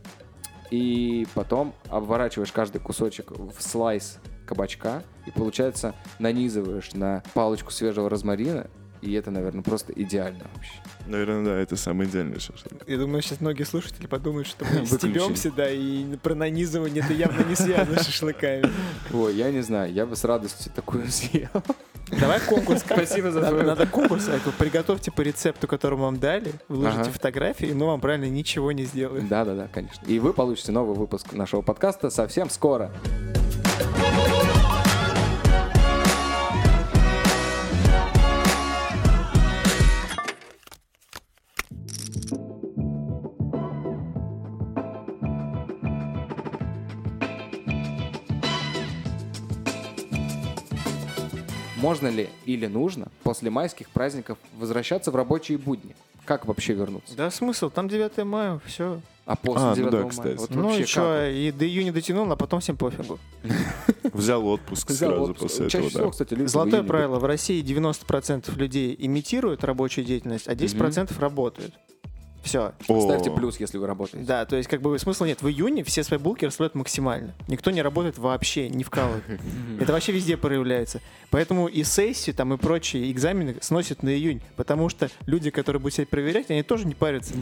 S2: и потом обворачиваешь каждый кусочек в слайс кабачка и получается нанизываешь на палочку свежего розмарина и это, наверное, просто идеально вообще.
S4: Наверное, да, это самый идеальный шашлык.
S3: Я думаю, сейчас многие слушатели подумают, что мы
S2: Выключили.
S3: стебемся, да, и про нанизывание это явно не связано с шашлыками.
S2: Ой, я не знаю, я бы с радостью такую съел.
S3: Давай конкурс.
S2: Спасибо за
S3: Надо,
S2: твой-
S3: надо конкурс. а то Приготовьте по рецепту, который вам дали, выложите
S2: Ага.
S3: фотографии, но вам правильно ничего не сделают.
S2: Да, да, да, конечно. И вы получите новый выпуск нашего подкаста совсем скоро. Можно ли или нужно после майских праздников возвращаться в рабочие будни? Как вообще вернуться?
S3: Да, смысл? Там 9 мая, все.
S2: А после
S4: А, ну
S2: 9
S4: да,
S2: мая?
S4: кстати.
S2: Вот
S3: Ну
S2: вообще
S3: и что,
S2: как?
S3: и до июня дотянул, а потом всем пофигу.
S4: Взял отпуск
S2: Взял
S4: сразу
S2: отпуск.
S4: после
S2: Чаще
S4: этого,
S2: всего,
S4: да.
S2: кстати, люди в
S3: Золотое
S2: июне
S3: правило. В России 90% людей имитируют рабочую деятельность, а 10% работают. Все.
S4: О,
S2: Ставьте плюс, если вы работаете.
S3: Да, то есть как бы смысла нет. В июне все свои булки расстроят максимально. Никто не работает вообще, не вкалывает. Это вообще везде проявляется. Поэтому и сессии там и прочие экзамены сносят на июнь, потому что люди, которые будут себя проверять, они тоже не парятся.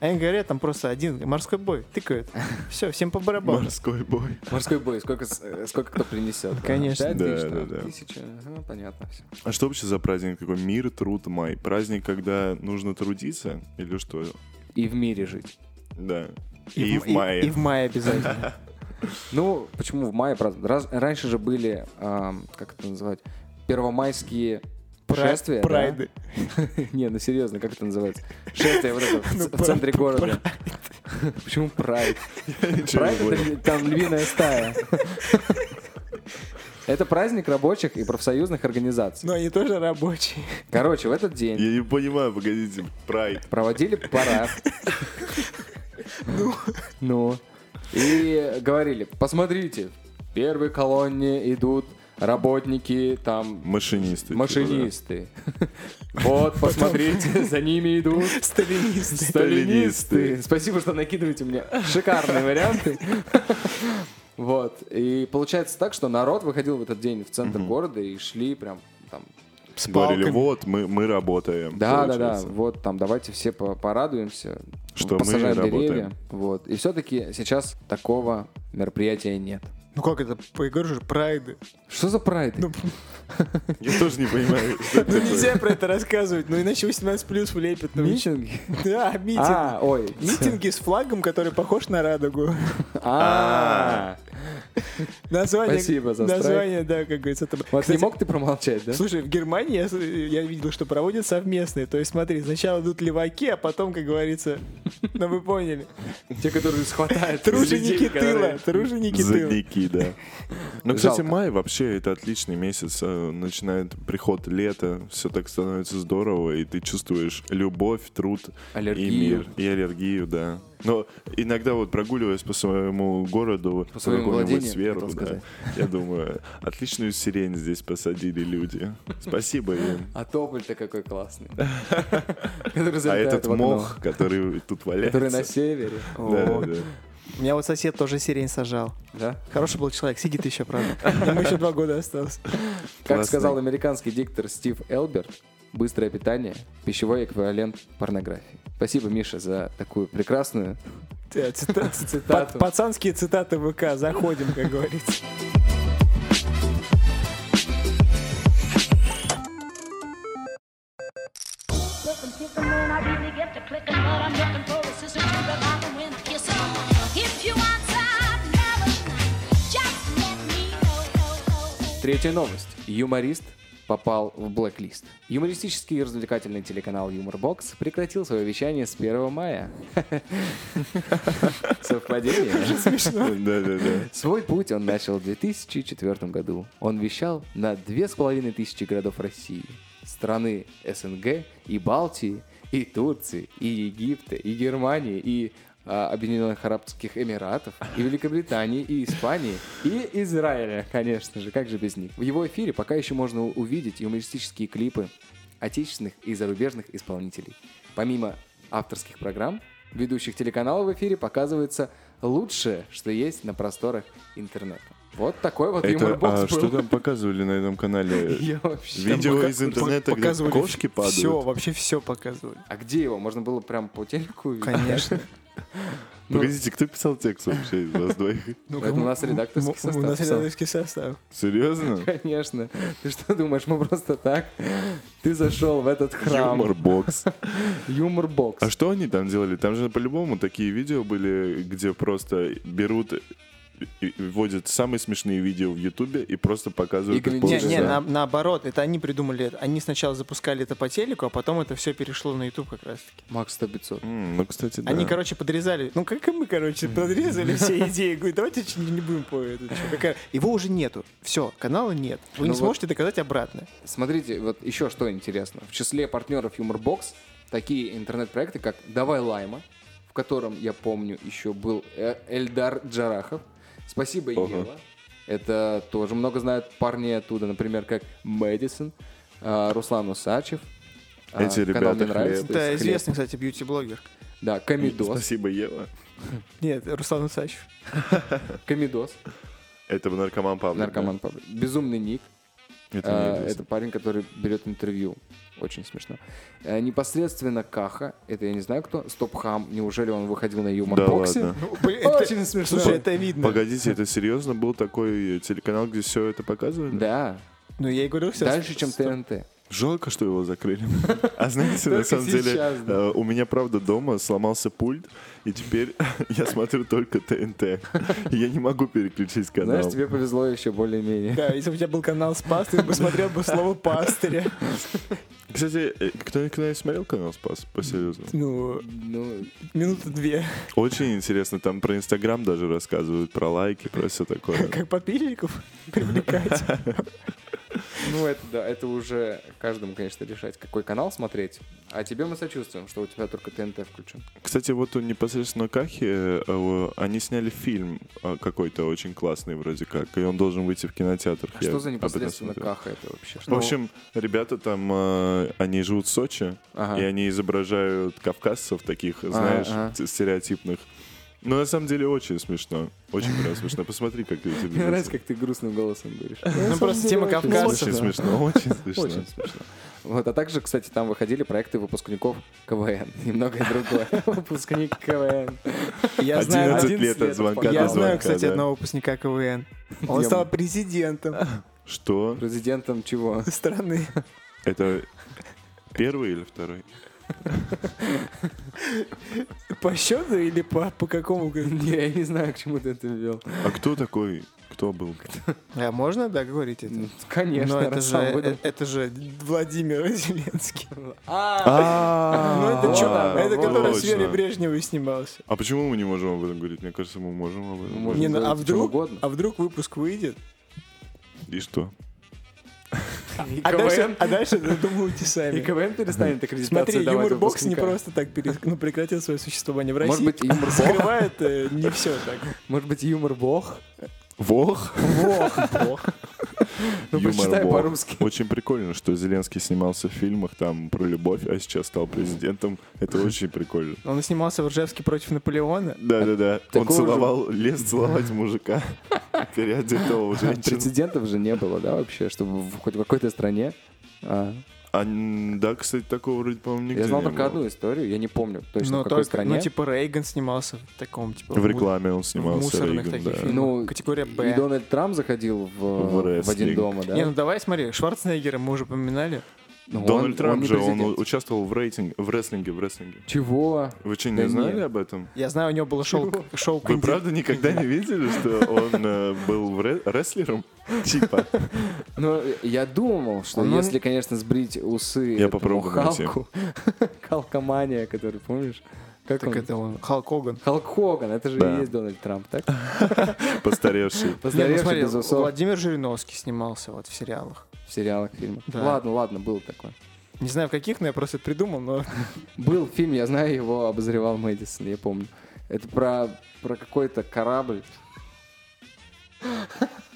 S3: Они говорят, там просто один морской бой тыкают. Все, всем по барабану.
S4: Морской бой.
S2: Морской бой, сколько, с- э, сколько кто принесет?
S3: Конечно.
S2: Пять
S4: Да,
S2: тысяч,
S4: да,
S2: там,
S4: да.
S2: тысяча, ага, понятно все.
S4: А что вообще за праздник такой? Мир, труд, май. Праздник, когда нужно трудиться или что?
S2: И в мире жить.
S4: Да. И,
S3: м-
S4: в мае.
S3: И, в мае обязательно.
S2: Ну, почему в мае праздновать? Раз- раньше же были, ам, как это называть, первомайские шествия. да?
S3: Прайды.
S2: Не, ну серьезно, как это называется? Шествие вот это в ц- в центре города. Почему Ну, прайд?
S4: Ничего не
S2: Прайд это
S4: понял.
S2: ли- там львиная стая. Это праздник рабочих и профсоюзных организаций.
S3: Но они тоже рабочие.
S2: Короче, в этот день
S4: Я не понимаю, погодите, прайд.
S2: проводили парад. Ну. И говорили, посмотрите, в первой колонне идут работники, там,
S4: Машинисты.
S2: машинисты. Вот, посмотрите, за ними идут
S3: Сталинисты.
S2: сталинисты. Спасибо, что накидываете мне шикарные варианты. Вот. И получается так, что народ выходил в этот день в центр города и шли прям там
S3: С
S4: типа, да. Говорили,
S3: палками.
S4: вот, мы, мы работаем.
S2: Да, да, да.
S4: получается.
S2: Вот там давайте все по- порадуемся,
S4: Что мы
S2: посажаем
S4: работаем.
S2: деревья. Вот. И все-таки сейчас такого мероприятия нет.
S3: Ну как это? по- Я говорю же, прайды.
S2: Что за прайд?
S3: Ну,
S4: Я тоже не понимаю, что это
S3: Ну
S4: такое.
S3: нельзя про это рассказывать, ну иначе 18 плюс влепят. ну,
S2: митинги.
S3: Да, митинг.
S2: А, ой.
S3: Митинги с флагом, который похож на радугу.
S2: А.
S3: Название,
S2: Спасибо за
S3: Название, да, как говорится. это-
S2: Вот не
S3: Кстати,
S2: мог ты промолчать, да?
S3: Слушай, в Германии я, с- я видел, что проводят совместные. То есть, смотри, сначала идут леваки, а потом, как говорится, ну вы поняли.
S2: Те, которые схватают.
S3: Труженики
S2: людей, которые-
S3: тыла, труженики тыла.
S4: Задники, да. Ну, кстати,
S2: Жалко.
S4: май вообще это отличный месяц. э, Начинает приход лета, все так становится здорово, и ты чувствуешь любовь, труд и
S2: Аллергию.
S4: мир. И аллергию, да. Но иногда вот прогуливаясь по своему городу, по
S2: своему владению,
S4: сверху,
S2: хотел
S4: да,
S2: сказать.
S4: я думаю, отличную сирень здесь посадили люди. Спасибо им.
S2: А тополь-то какой классный. Который
S4: А
S2: залетает
S4: этот
S2: в окно,
S4: мох, который тут
S2: Который на
S4: валяется.
S2: севере.
S4: Да, да, да.
S3: У меня вот сосед тоже сирень сажал.
S2: Да?
S3: Хороший был человек, сидит еще, правда. Ему еще два года осталось.
S2: Как
S4: Классный.
S2: сказал американский диктор Стив Элберт, быстрое питание – пищевой эквивалент порнографии. Спасибо, Миша, за такую прекрасную
S3: Э, цита- цита-
S2: Цитату.
S3: Пацанские цитаты ВК. Заходим, как говорится.
S7: Looking, kicking when I really get to clicking, but I'm looking for a sister to I can win a kiss. If you want some loving, just let me know. oh,
S2: Третья новость. Юморист попал в блэк-лист. Юмористический и развлекательный телеканал Юморбокс прекратил свое вещание с 1 мая. Совпадение?
S4: Да-да-да.
S2: Свой путь он начал в 2004 году. Он вещал на две с половиной тысячи городов России, страны СНГ и Балтии, и Турции, и Египта, и Германии, и а, Объединенных Арабских Эмиратов, и Великобритании, и Испании, и Израиля, конечно же, как же без них. В его эфире пока еще можно увидеть юмористические клипы отечественных и зарубежных исполнителей. Помимо авторских программ, ведущих телеканалов в эфире показывается лучшее, что есть на просторах интернета. Вот такой вот
S4: Это,
S2: юморбокс
S4: а,
S2: был.
S4: что там показывали на этом канале?
S2: Я вообще-
S4: Видео
S3: Пока-
S4: из интернета,
S3: по-
S4: где
S3: показывали
S4: кошки
S3: Все,
S4: падают.
S3: вообще все показывали.
S2: А где его? Можно было прям по телеку увидеть?
S3: Конечно.
S2: Ну,
S4: Погодите, кто писал текст вообще из вас двоих?
S2: это Ну, у нас редакторский
S3: М- У
S2: состав.
S3: нас
S2: писал.
S3: редакторский состав.
S4: Серьезно?
S2: Конечно. Ты что думаешь, мы просто так? Ты зашел в этот храм.
S4: Юмор-бокс.
S2: Юморбокс.
S4: А что они там делали? Там же по-любому такие видео были, где просто берут и- и вводят самые смешные видео в Ютубе и просто показывают
S2: И
S4: их
S2: комментируют.
S4: полчаса.
S3: Не, не, на-
S2: да.
S3: наоборот, это они придумали это. Они сначала запускали это по телеку, а потом это все перешло на YouTube как раз таки.
S2: Макс 100 500.
S4: М, Ну, кстати, да.
S3: Они, короче, подрезали. Ну, как и мы, короче, подрезали все идеи. Говорит, давайте ч- не будем по это, чё, какая-" Его уже нету. Все, канала нет. Вы
S2: Ну
S3: не
S2: вот.
S3: сможете доказать обратно.
S2: Смотрите, вот еще что интересно. В числе партнеров Юморбокс такие интернет-проекты, как «Давай Лайма», в котором, я помню, еще был Э- Эльдар Джарахов. «Спасибо,
S4: Ага.
S2: Ева». Это тоже много знают парни оттуда, например, как Мэдисон, а, Руслан Усачев. А,
S4: Эти
S2: канал «Мне
S4: ребята
S2: нравится»,
S4: хлеб.
S2: то
S3: Это
S2: есть
S3: известный, кстати, бьюти-блогер.
S2: хлеб. Да, Комидос.
S4: Спасибо, Ева.
S3: Нет, Руслан Усачев.
S2: Комидос.
S4: Это бы наркоман Павлик. да?
S2: Наркоман Павлик. Безумный ник.
S4: Это
S2: А,
S4: мне
S2: Это
S4: известно.
S2: парень, который берет интервью. Очень смешно. Э, Непосредственно Каха, это я не знаю кто, Стоп Хам, неужели он выходил на
S4: Да
S2: юмор-боксе?
S4: ладно.
S3: Ну, Блин, это-
S2: Очень смешно.
S3: Слушай, это видно.
S4: Погодите, это серьезно был такой телеканал, где все это показывали?
S2: Да,
S3: Ну, я и говорю, все.
S2: дальше, чем ТНТ.
S4: Жалко, что его закрыли. А знаете,
S2: Только
S4: на самом деле,
S2: сейчас, да.
S4: э, у меня, правда, дома сломался пульт, и теперь я смотрю только ТНТ. Я не могу переключить канал.
S2: Знаешь, тебе повезло еще более-менее.
S3: Да, если бы у тебя был канал с пастырем, посмотрел бы слово пастыря.
S4: Кстати, э, кто-нибудь когда-нибудь смотрел канал Спас? По-серьезному.
S3: Ну,
S2: Ну,
S3: минуты две.
S4: Очень интересно, там про Инстаграм даже рассказывают, про лайки, про все такое.
S3: Как подписчиков привлекать.
S2: ну, это да, это уже каждому, конечно, решать, какой канал смотреть. А тебе мы сочувствуем, что у тебя только ТНТ включен.
S4: Кстати, вот у непосредственно Кахи э, э, они сняли фильм э, какой-то очень классный вроде как, и он должен выйти в кинотеатрах.
S2: А
S4: Я
S2: что за
S4: об этом
S2: непосредственно
S4: смотрел.
S2: Каха это вообще?
S4: В общем, ребята там, э, они живут в Сочи,
S2: Ага.
S4: и они изображают кавказцев таких, знаешь,
S2: ага.
S4: т- стереотипных. Но на самом деле очень смешно. Очень прям смешно. Посмотри, как это
S2: Мне нравится,
S4: тебе
S2: как ты грустным голосом говоришь.
S3: Ну, просто тема Кавказа.
S4: Очень смешно, очень смешно.
S2: Очень смешно. Вот, а также, кстати, там выходили проекты выпускников КВН и многое другое. Выпускник КВН.
S3: Я знаю,
S2: 11
S4: 11 лет
S2: лет
S4: от звонка
S2: попал.
S4: до
S3: я
S4: звонка,
S3: знаю, кстати,
S4: да.
S3: одного выпускника КВН. Он
S2: Я-
S3: стал президентом
S4: Что?
S2: Президентом чего?
S3: страны.
S4: Это первый или второй?
S3: По счету или по, по какому?
S2: Не, я не знаю, к чему ты это ввел.
S4: А кто такой? Кто был?
S3: А можно, да, говорить это?
S2: Ну, Конечно,
S3: Но это
S2: раз
S3: же,
S2: сам выдал.
S3: э- это же Владимир Зеленский. Ну
S4: А,
S3: это чувак,
S4: ладно,
S3: это который в
S4: точно.
S3: сфере Брежнева и снимался.
S4: А почему мы не можем об этом говорить? Мне кажется, мы можем об этом.
S2: Можем.
S4: говорить.
S3: Не, ну, а
S2: говорить чем
S3: вдруг,
S2: угодно.
S3: а вдруг выпуск выйдет?
S4: И что?
S2: И
S3: А дальше,
S2: КВН
S3: а дальше додумывайте
S2: и
S3: сами.
S2: КВН перестанет аккредитацию
S3: э, Смотри,
S2: давать
S3: юмор-бокс не
S2: выпускникам.
S3: просто так пере- ну, прекратил свое существование в России.
S2: Может быть, юмор бог?
S3: Скрывает э, не все так.
S2: Может быть, юмор бог?
S4: Вох?
S2: Ну,
S4: Юмор
S2: прочитай
S4: Бог.
S2: по-русски.
S4: Очень прикольно, что Зеленский снимался в фильмах там про любовь, а сейчас стал президентом. Это очень прикольно.
S3: Он снимался в Ржевске против Наполеона.
S2: А,
S4: Да-да-да. Он
S2: такого же-
S4: целовал, лез целовать мужика, переодетого в женщину.
S2: Прецедентов же не было, да, вообще, чтобы в хоть в какой-то стране а,
S4: А, м, да, кстати, такого вроде, по-моему, нигде
S2: Я знал
S4: не
S2: только
S4: было.
S2: одну историю, я не помню точно
S3: Но
S2: в какой
S3: только,
S2: стране.
S3: ну, типа, Рейган снимался в таком, типа...
S4: В
S3: му-
S4: рекламе он
S3: в
S4: снимался.
S3: мусорных
S4: Рейган,
S3: таких
S4: да.
S3: фильмах.
S2: Ну,
S3: Категория
S2: И
S3: Б.
S2: Дональд Трамп заходил в,
S4: В
S2: э, в один
S4: рестлинг.
S2: дома, да?
S3: Не, ну давай смотри, Шварценеггера мы уже поминали.
S2: Но
S4: Дональд
S2: Ну, он-
S4: Трамп
S2: не
S4: же, он
S2: президент.
S4: у- участвовал в рейтинге, в рестлинге, в рестлинге.
S2: Чего?
S4: Вы что,
S2: Да
S4: не
S2: нет.
S4: знали об этом?
S3: Я знаю, у него было шоу... шоу
S4: Вы
S3: канди-
S4: правда никогда не видели, что он э, был в ре- рестлером? Типа.
S2: Ну, я думал, что
S3: Ну,
S2: если, конечно, сбрить усы
S4: Я
S2: этому
S4: попробую найти.
S2: Халку, Халкомания, который, помнишь? Как
S3: Так
S2: он?
S3: это он, Халк Хоган.
S2: Халк Хоган, это же
S4: Да.
S2: и есть Дональд Трамп, так?
S4: Постаревший.
S3: Не, ну
S2: Поздоровевший,
S3: смотри,
S2: без усов,
S3: Владимир Жириновский снимался вот в сериалах.
S2: в сериалах, фильмах.
S3: Да.
S2: Ладно, ладно, был такой.
S3: Не знаю в каких, но я просто придумал, но
S2: Был фильм, я знаю, его обозревал Мэдисон, я помню. Это про, про какой-то корабль.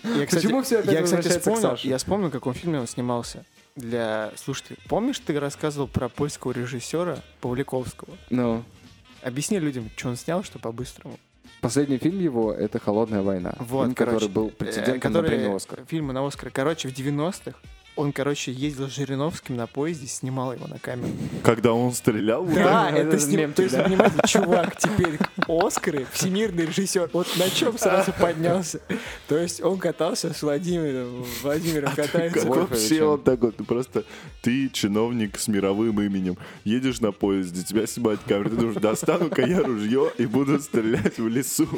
S3: я, кстати,
S2: Почему все опять
S3: я, кстати,
S2: возвращается к
S3: вспомнил,
S2: Саше?
S3: я вспомнил, в каком фильме он снимался. Для... Слушай, ты помнишь, ты рассказывал про польского режиссера Павликовского?
S2: Ну,
S3: Объясни людям, что он снял, что по-быстрому.
S2: последний фильм его — это «Холодная война»,
S3: Вот,
S2: фильм,
S3: короче,
S2: который был
S3: э,
S2: претендентом
S3: который-
S2: на премию «Оскар».
S3: Фильмы на Оскар. Короче, в 90-х он, короче, ездил с Жириновским на поезде, снимал его на камеру.
S4: Когда он стрелял, вот
S3: Да,
S2: это
S3: это
S2: же
S3: с ним.
S2: мемчик,
S3: То есть,
S2: да.
S3: вы понимаете, чувак теперь Оскары, всемирный режиссер. Вот на чем сразу поднялся. То есть он катался с Владимиром.
S2: А
S3: Владимиром
S4: Как
S3: катается.
S2: Вольфовичем.
S4: вообще вот так вот? Ты просто, ты чиновник с мировым именем, едешь на поезде, тебя снимают камеры, ты думаешь, достану-ка я ружье и буду стрелять в лесу.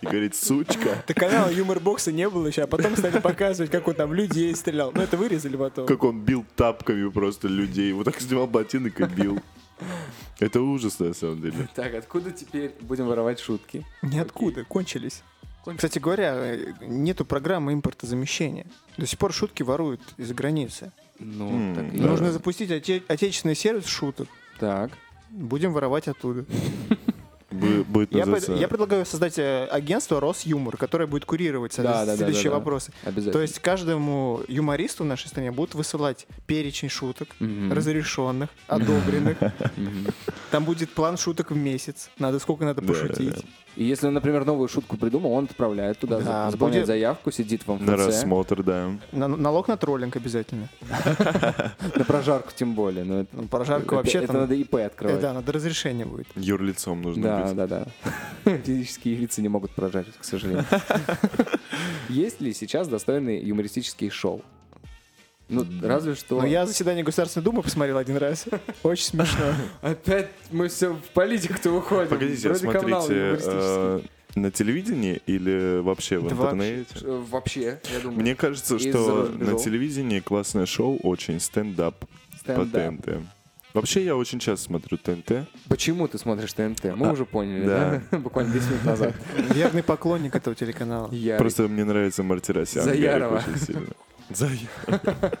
S4: И говорит, сучка,
S3: Это канала Юмор Бокса не было еще, а потом стали показывать, как он там людей стрелял. Ну, это вырезали потом.
S4: как он бил тапками просто людей, вот так снимал ботинок и бил. Это ужас, на самом деле.
S2: Так, откуда теперь будем воровать шутки?
S3: Ниоткуда, кончились. Кстати говоря, э, нету программы импортозамещения. До сих пор шутки воруют из-за границы.
S2: Ну,
S4: М,
S2: так, и
S4: да.
S2: есть.
S3: Нужно запустить оте- отечественный сервис шуток.
S2: Так.
S3: Будем воровать оттуда.
S4: Бу- Будет
S3: Я, пред-
S4: называться
S3: я предлагаю создать э, агентство Росюмор, которое будет курировать
S2: Да, да, да,
S3: следующие
S2: да, да.
S3: вопросы.
S2: Обязательно.
S3: То есть каждому юмористу в нашей стране будут высылать перечень шуток,
S2: Мгм.
S3: разрешенных, одобренных. Там будет план шуток в месяц. Надо сколько надо пошутить.
S2: И если он, например, новую шутку придумал, он отправляет туда,
S3: Да,
S2: за- заполняет
S3: будет-
S2: заявку, сидит в МФЦ.
S4: на рассмотр, да.
S3: На- Налог на троллинг обязательно.
S2: На прожарку тем более. Но это,
S3: Ну, Прожарка
S2: это-
S3: вообще
S2: это
S3: там.
S2: надо ИП
S3: Э,
S2: открывать.
S3: Да, надо разрешение будет.
S4: Юрлицом нужно
S2: да,
S4: быть.
S2: да, да. Физические лица не могут прожарить, к сожалению. Есть ли сейчас достойные юмористические шоу? Ну, разве что...
S3: Но я заседание Государственной Думы посмотрел один раз. Очень смешно.
S2: Опять мы все в политику-то уходим.
S4: Погодите, а
S2: Вроде канал
S4: смотрите,
S2: юмористический.
S4: э, на телевидении или вообще в
S3: Да вообще.
S4: интернете?
S2: Э, Вообще, я думаю.
S4: Мне кажется,
S2: Из-за
S4: что
S2: рубежом.
S4: на телевидении классное шоу очень стендап по
S2: стендап.
S4: ТНТ. Вообще я очень часто смотрю ТНТ.
S2: Почему ты смотришь ТНТ? Мы
S4: А,
S2: уже поняли,
S4: да.
S2: да? Буквально 10 минут назад.
S3: Верный поклонник этого телеканала.
S2: Я
S4: Просто мне нравится Мартиросян.
S2: Заярова.
S4: Гарик, очень сильно. Заярова.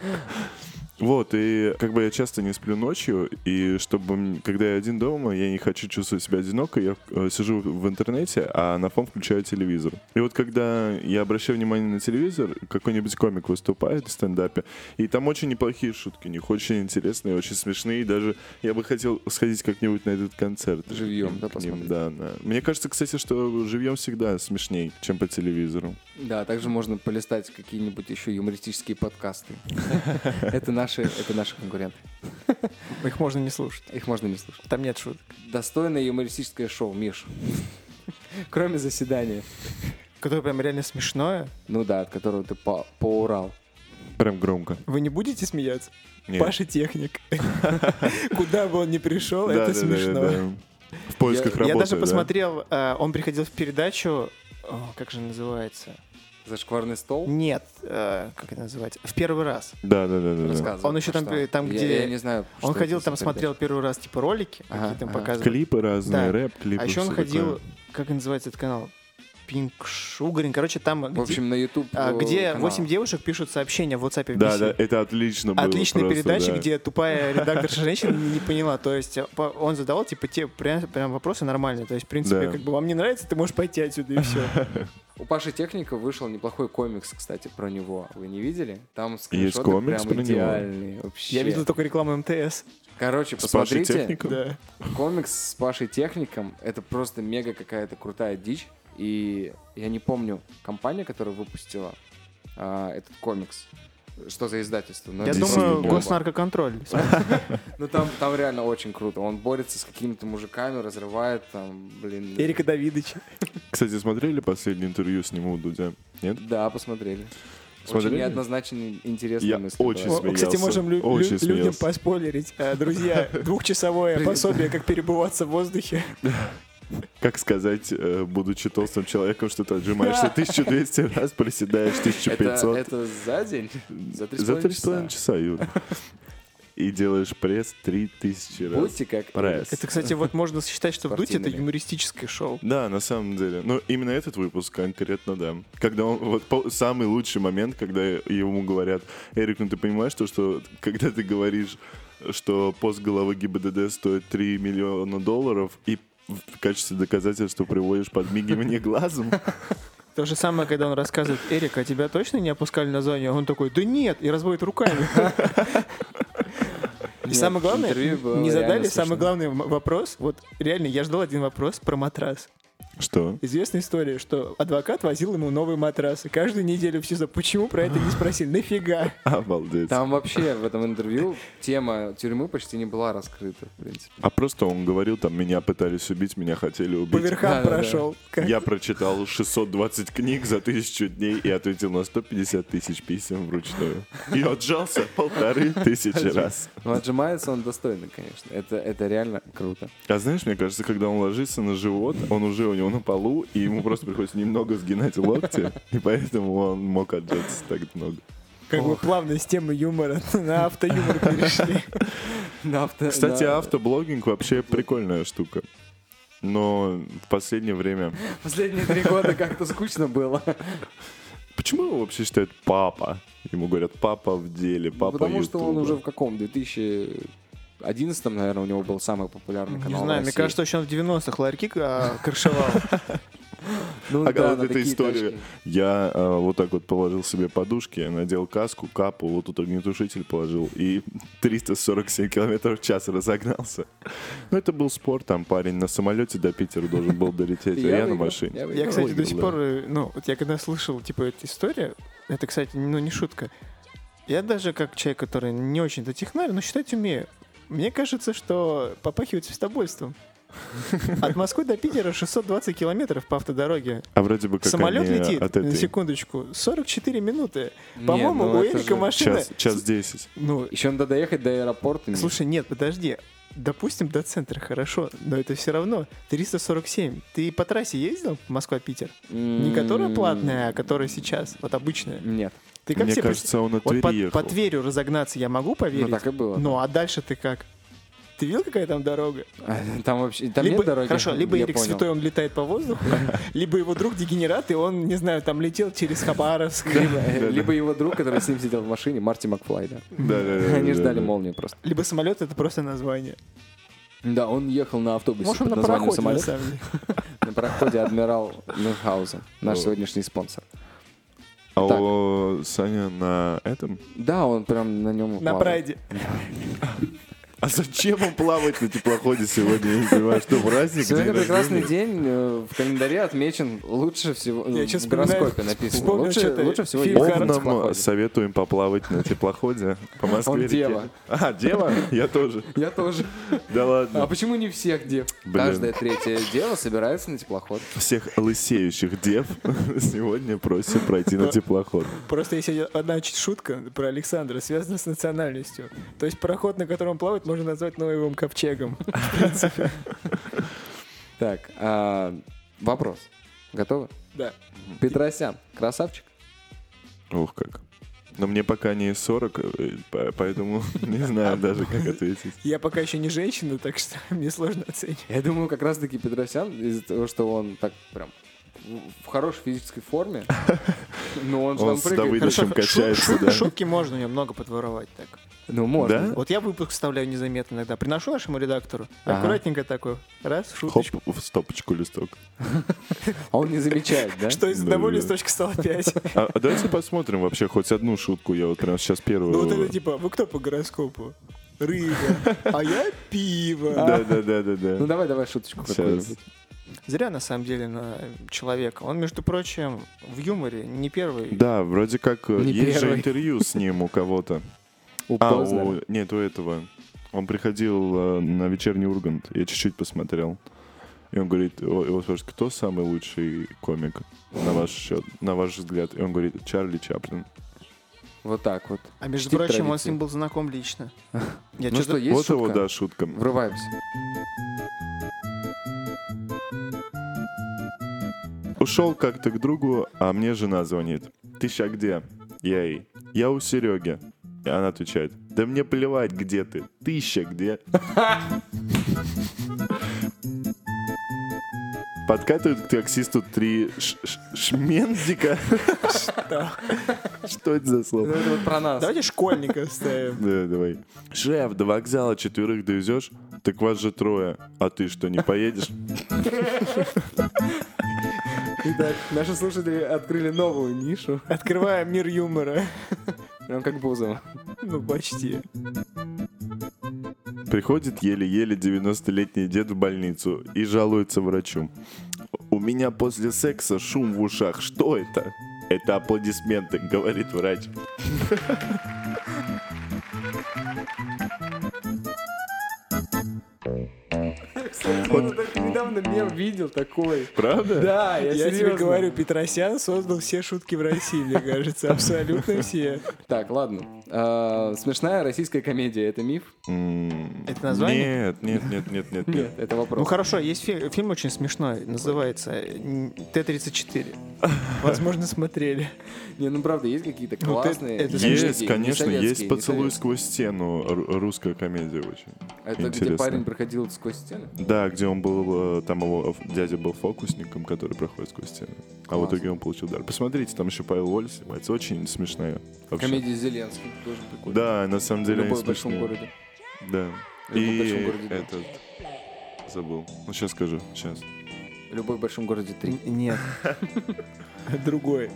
S4: Вот, и как бы я часто не сплю ночью, и чтобы, м- когда я один дома, я не хочу чувствовать себя одиноко, я э, сижу в интернете, а на фон включаю телевизор. И вот когда я обращаю внимание на телевизор, какой-нибудь комик выступает в стендапе, и там очень неплохие шутки, у них очень интересные, очень смешные, и даже я бы хотел сходить как-нибудь на этот концерт.
S2: Живьем, да,
S4: К ним,
S2: посмотреть?
S4: да, да. Мне кажется, кстати, что живьем всегда смешнее, чем по телевизору.
S2: Да, также можно полистать какие-нибудь еще юмористические подкасты. Это наши, это наши конкуренты.
S3: Их можно не слушать.
S2: Их можно не слушать.
S3: Там нет шуток.
S2: Достойное юмористическое шоу, Миш. Кроме заседания.
S3: Которое прям реально смешное.
S2: Ну да, от которого ты по- поурал.
S4: Прям громко.
S3: Вы не будете смеяться?
S4: Нет.
S3: Паша техник. Куда бы он ни пришел,
S4: Да,
S3: это
S4: да, да,
S3: смешно.
S4: да. В поисках работы.
S3: Я даже
S4: да?
S3: посмотрел, э, он приходил в передачу, о, как же называется?
S2: Зашкварный стол?
S3: Нет, э, как это называется? В первый раз.
S4: Да, да, да, да, да.
S2: Рассказывай,
S3: Он
S2: про
S3: еще там,
S2: что.
S3: э, там,
S2: Я-
S3: где-
S2: Я не знаю,
S3: Он
S2: что
S3: ходил
S2: это
S3: там,
S2: за передача.
S3: смотрел первый раз типа ролики,
S2: Ага,
S3: какие там
S2: ага.
S3: показывали.
S4: Клипы разные,
S3: Да.
S4: рэп, клипы.
S3: А еще он
S4: всё
S3: ходил,
S4: такое.
S3: как называется этот канал? Pink Sugaring. Короче, там,
S2: В
S3: где-
S2: общем, на YouTube...
S3: а,
S2: э,
S3: где
S2: канал.
S3: 8 девушек пишут сообщения в WhatsApp и
S4: Да,
S3: BC.
S4: да, это отлично было.
S3: Отличная
S4: просто,
S3: передача,
S4: да.
S3: где тупая редакторша женщина не поняла. То есть э, по- он задавал, типа, те прям, прям вопросы нормальные. То есть, в принципе,
S4: Да.
S3: как бы вам не нравится, ты можешь пойти отсюда и все.
S2: У Паши Техника вышел неплохой комикс, кстати, про него. Вы не видели? Там
S4: Есть
S2: скриншоты
S4: комикс
S2: прям
S4: про него?
S2: идеальные. Вообще.
S3: Я видел только рекламу МТС.
S2: Короче,
S4: С Пашей
S2: посмотрите.
S4: техником.
S3: Да.
S2: Комикс с Пашей Техником — это просто мега какая-то крутая дичь. И я не помню, компания, которая выпустила а, этот комикс, Что за издательство? Ну,
S3: Я
S2: это
S3: думаю,
S2: бомба.
S3: госнаркоконтроль.
S2: Ну там, там реально очень круто. Он борется с какими-то мужиками, разрывает там, блин.
S3: Эрика Давидович.
S4: Кстати, смотрели последнее интервью с ним у Дудя? Нет?
S2: Да, посмотрели.
S4: Смотрели?
S2: Очень неоднозначно интересные
S4: Я
S2: мысли.
S4: очень
S2: да.
S4: см-
S3: О, Кстати,
S4: смеялся.
S3: можем лю- лю-
S4: Очень
S3: людям
S4: смеялся.
S3: поспойлерить. Э, Друзья, двухчасовое пособие, как перебываться в воздухе.
S4: Как сказать, э, будучи толстым человеком, что ты отжимаешься 1200 раз, приседаешь 1500.
S2: Это, это за день? За три с
S4: За три
S2: половиной
S4: с половиной
S2: часа.
S4: часа, Юр. И делаешь пресс 3000 раз.
S2: Будьте как...
S4: Пресс.
S3: Это, кстати, вот можно считать, что в Дуте это
S2: Спортивными.
S3: юмористическое шоу.
S4: Да, на самом деле. Но именно этот выпуск конкретно, да. Когда он, вот по- самый лучший момент, когда ему говорят, Эрик, ну ты понимаешь то, что когда ты говоришь, что пост головы ГИБДД стоит 3 миллиона долларов, и в качестве доказательства приводишь подмигивание глазом.
S3: То же самое, когда он рассказывает, Эрик, а тебя точно не опускали на зоне? А Он такой, да нет, и разводит руками. И
S2: Нет,
S3: самое главное,
S2: интервью было
S3: не задали
S2: реально
S3: самый
S2: смешно.
S3: главный м- вопрос. Вот реально, я ждал один вопрос про матрас.
S4: Что?
S3: Известная история, что адвокат возил ему новые матрасы. Каждую неделю в СИЗО. Почему про это не спросили? Нафига?
S4: Обалдеть.
S2: Там вообще в этом интервью тема тюрьмы почти не была раскрыта, в принципе.
S4: А просто он говорил, там, меня пытались убить, меня хотели
S3: По
S4: убить.
S3: верхам
S2: Да-да-да.
S3: прошел. Как-
S4: Я прочитал 620 книг за тысячу дней и ответил на 150 тысяч писем вручную. И отжался полторы тысячи раз.
S2: Но Ну, отжимается он достойно, конечно. Это, это реально круто.
S4: А знаешь, мне кажется, когда он ложится на живот, он уже у него на полу, и ему просто приходится немного сгинать локти, и поэтому он мог отжаться так много.
S3: Как бы плавно с темы юмора на автоюмор перешли.
S2: На авто-
S4: Кстати, а
S2: на-
S4: автоблогинг вообще прикольная штука. Но в последнее время...
S2: Последние три года как-то скучно было.
S4: Почему его вообще считают папа? Ему говорят, папа в деле, папа
S2: Ну, Потому что он
S4: Ютуба».
S2: уже в каком? 2011, наверное, у него был самый популярный
S3: Не
S2: канал. в
S3: знаю, мне
S2: России.
S3: кажется, еще он в 90-х ларьки а, крышевал.
S2: ну,
S4: А
S2: да,
S4: вот
S2: на
S4: эта
S2: такие
S4: история.
S2: тачки.
S4: Я э, вот так вот положил себе подушки, надел каску, капу, вот тут огнетушитель положил и 347 километров в час разогнался. Ну, это был спорт, там парень на самолете до Питера должен был долететь, а
S2: Я
S4: я на
S2: выиграл,
S4: машине.
S2: я выиграл.
S3: Я, кстати, до
S4: Выиграл,
S3: сих
S4: да.
S3: пор, э, ну, вот я когда слышал, типа, эту историю, это, кстати, ну, не шутка. Я даже как человек, который не очень-то технарь, но считать умею. Мне кажется, что попахивает свистобольством. От Москвы до Питера 620 километров по автодороге.
S4: А вроде бы как
S3: Самолет
S4: они
S3: летит,
S4: от
S3: на
S4: этой...
S3: секундочку, 44 минуты.
S2: Не,
S3: По-моему,
S2: ну
S3: у
S2: это
S3: Эрика
S2: же
S3: машина...
S4: Час, час 10.
S3: Ну,
S2: Еще надо доехать до аэропорта. Миш.
S3: слушай, нет, подожди. Допустим, до центра хорошо, но это все равно 347. Ты по трассе ездил Москва-Питер?
S2: М,
S3: Не которая платная, а которая сейчас, вот обычная.
S2: Нет.
S3: Ты как
S4: Мне
S3: себе
S4: кажется, он от
S3: представ-
S4: Твери
S3: вот по-
S4: ехал.
S3: по, Тверю разогнаться я могу поверить?
S2: Ну так и было.
S3: Ну а дальше ты как? Ты видел, какая там дорога?
S2: А, Там вообще... Там
S3: либо,
S2: нет дороги?
S3: Хорошо, либо
S2: Я
S3: Эрик
S2: понял.
S3: Святой, он летает по воздуху, либо его друг дегенерат, и он, не знаю, там летел через Хабаровск.
S2: Э, Либо его друг, который с ним сидел в машине, Марти Макфлай, да.
S4: Да-да-да-да-да.
S2: Они ждали молнию просто.
S3: Либо самолет это просто название.
S2: Да, он ехал на автобусе
S3: Может, он
S2: под
S3: на
S2: названием
S3: пароходе, на
S2: «Самолет».
S3: самом деле.
S2: На пароходе «Адмирал Мюнхгаузен», наш
S4: Вот.
S2: сегодняшний спонсор.
S4: А у Саня на этом?
S2: Да, он прям на нем
S3: На прайде.
S4: А зачем он плавает на теплоходе сегодня? Я не понимаю, что праздник?
S2: Сегодня
S4: день
S2: прекрасный
S4: рождения?
S2: день. э, В календаре отмечен лучше всего.
S3: Я
S2: э,
S3: щас
S2: в гороскопе
S3: вспоминаю-
S2: написано.
S3: вспомнил,
S2: Лучше,
S3: что-то
S2: лучше всего
S3: фильм
S2: ехать на
S4: Он нам
S2: теплоходе.
S4: советуем поплавать на теплоходе по Москве.
S2: Он
S4: реке.
S2: дева.
S4: А, дева? Я тоже.
S2: Я тоже.
S4: Да
S2: А
S4: ладно.
S2: почему не всех дев?
S4: Блин.
S2: Каждое третье дело собирается на теплоход.
S4: Всех лысеющих дев сегодня просим пройти на теплоход.
S3: Просто есть одна чуть шутка про Александра, связана с национальностью. То есть пароход, на котором он плавает, можно назвать Ноевым ковчегом.
S2: Так, а, вопрос. Готовы?
S3: Да.
S2: Петросян, красавчик?
S4: Ух, как. Но мне пока не 40, э, по- поэтому не знаю даже, как ответить.
S3: Я пока еще не женщина, так что мне сложно оценить.
S2: Я думаю, как раз-таки Петросян, из-за того, что он так прям в- в хорошей физической форме, но он же
S4: Он
S2: там
S4: с
S2: прыгает.
S4: Давыдовичем
S3: шу-
S4: качается,
S3: шу-
S4: да?
S3: Шутки можно у него много подворовать так.
S2: Ну, можно.
S4: Да?
S3: Вот я выпуск вставляю незаметно иногда. Приношу нашему редактору.
S2: Ага.
S3: Аккуратненько такой. Раз,
S4: Хоп,
S3: шуточку.
S4: в стопочку листок.
S2: А он не замечает, да?
S3: Что из
S4: Да,
S3: одного
S4: Ну да.
S3: листочка стало пять?
S4: А, а давайте посмотрим вообще хоть одну шутку. Я вот прям сейчас первую...
S3: Ну вот это типа, вы кто по гороскопу? Рыба. А я пиво.
S4: Да-да-да-да-да.
S2: А? Ну, давай, давай шуточку
S4: Сейчас.
S2: какую-нибудь.
S3: Зря, на самом деле, на человека. Он, между прочим, в юморе не первый.
S4: Да, вроде как э,
S2: Не
S4: есть
S2: первый.
S4: же интервью с ним у кого-то.
S2: У
S4: А,
S2: Познера.
S4: у- нет, у этого. Он приходил э, на вечерний Ургант, я чуть-чуть посмотрел. И он говорит, о- его спрашивают, кто самый лучший комик на ваш счет, на ваш взгляд? И он говорит, Чарли Чаплин.
S2: Вот так вот.
S3: А между
S2: Чтит
S3: прочим, он с
S2: традиции.
S3: ним был знаком лично. Я
S2: Ну что,
S3: что-то...
S2: есть
S4: вот его,
S2: шутка?
S4: да, шутка.
S2: Врываемся.
S4: Ушел как-то к другу, а мне жена звонит. Ты ща где? Я ей. Я у Сереги. И она отвечает. Да мне плевать, где ты. Ты ща где? Подкатывают к таксисту три ш- ш- шмендика. Что? Что это за слово?
S2: Это вот про нас.
S3: Давайте школьника ставим.
S4: Да, давай. Шеф, до вокзала четверых довезешь? Так вас же трое. А ты что, не поедешь?
S2: Итак, наши слушатели открыли новую нишу.
S3: Открываем мир юмора.
S2: Прям как Бузова.
S3: Ну, почти.
S4: Приходит еле-еле 90-летний дед в больницу и жалуется врачу. «У меня после секса шум в ушах. Что это?» «Это аплодисменты», — говорит врач.
S2: Вот это недавно мем видел такой.
S4: Правда?
S2: Да, я,
S3: Я тебе
S2: серьезно.
S3: говорю, Петросян создал все шутки в России, мне кажется. Абсолютно все.
S2: Так, ладно. А, Смешная российская комедия. Это миф?
S3: Это название?
S4: Нет, нет, нет, нет, нет, нет.
S2: Это
S3: Ну
S2: вопрос.
S3: хорошо, есть фи- фильм очень смешной, называется э, Т-34. Возможно, смотрели.
S2: Не, ну правда, есть какие-то
S3: Ну, ты-
S2: классные.
S3: это
S2: не
S4: Есть,
S2: такие, не
S4: конечно,
S2: советские,
S4: есть
S2: не
S4: «Поцелуй
S2: советские.
S4: сквозь стену», ру- русская комедия очень.
S2: Это где
S4: Интересно.
S2: парень проходил сквозь стены?
S4: Да, где он был, э, там его э, дядя был фокусником, который проходит сквозь стену. А в
S2: Класс.
S4: итоге он получил удар. Посмотрите, там еще Павел Воля снимается. Очень смешная. вообще.
S2: Комедия Зеленский тоже прикольно.
S4: Да, на самом деле
S2: Любой
S4: они
S2: в большом
S4: смешные.
S2: городе.
S4: Да.
S2: В любом большом
S4: И
S2: городе, да.
S4: этот... Забыл. Ну, сейчас скажу. Сейчас.
S2: Любой в большом городе 3.
S3: Н- Нет. Другой.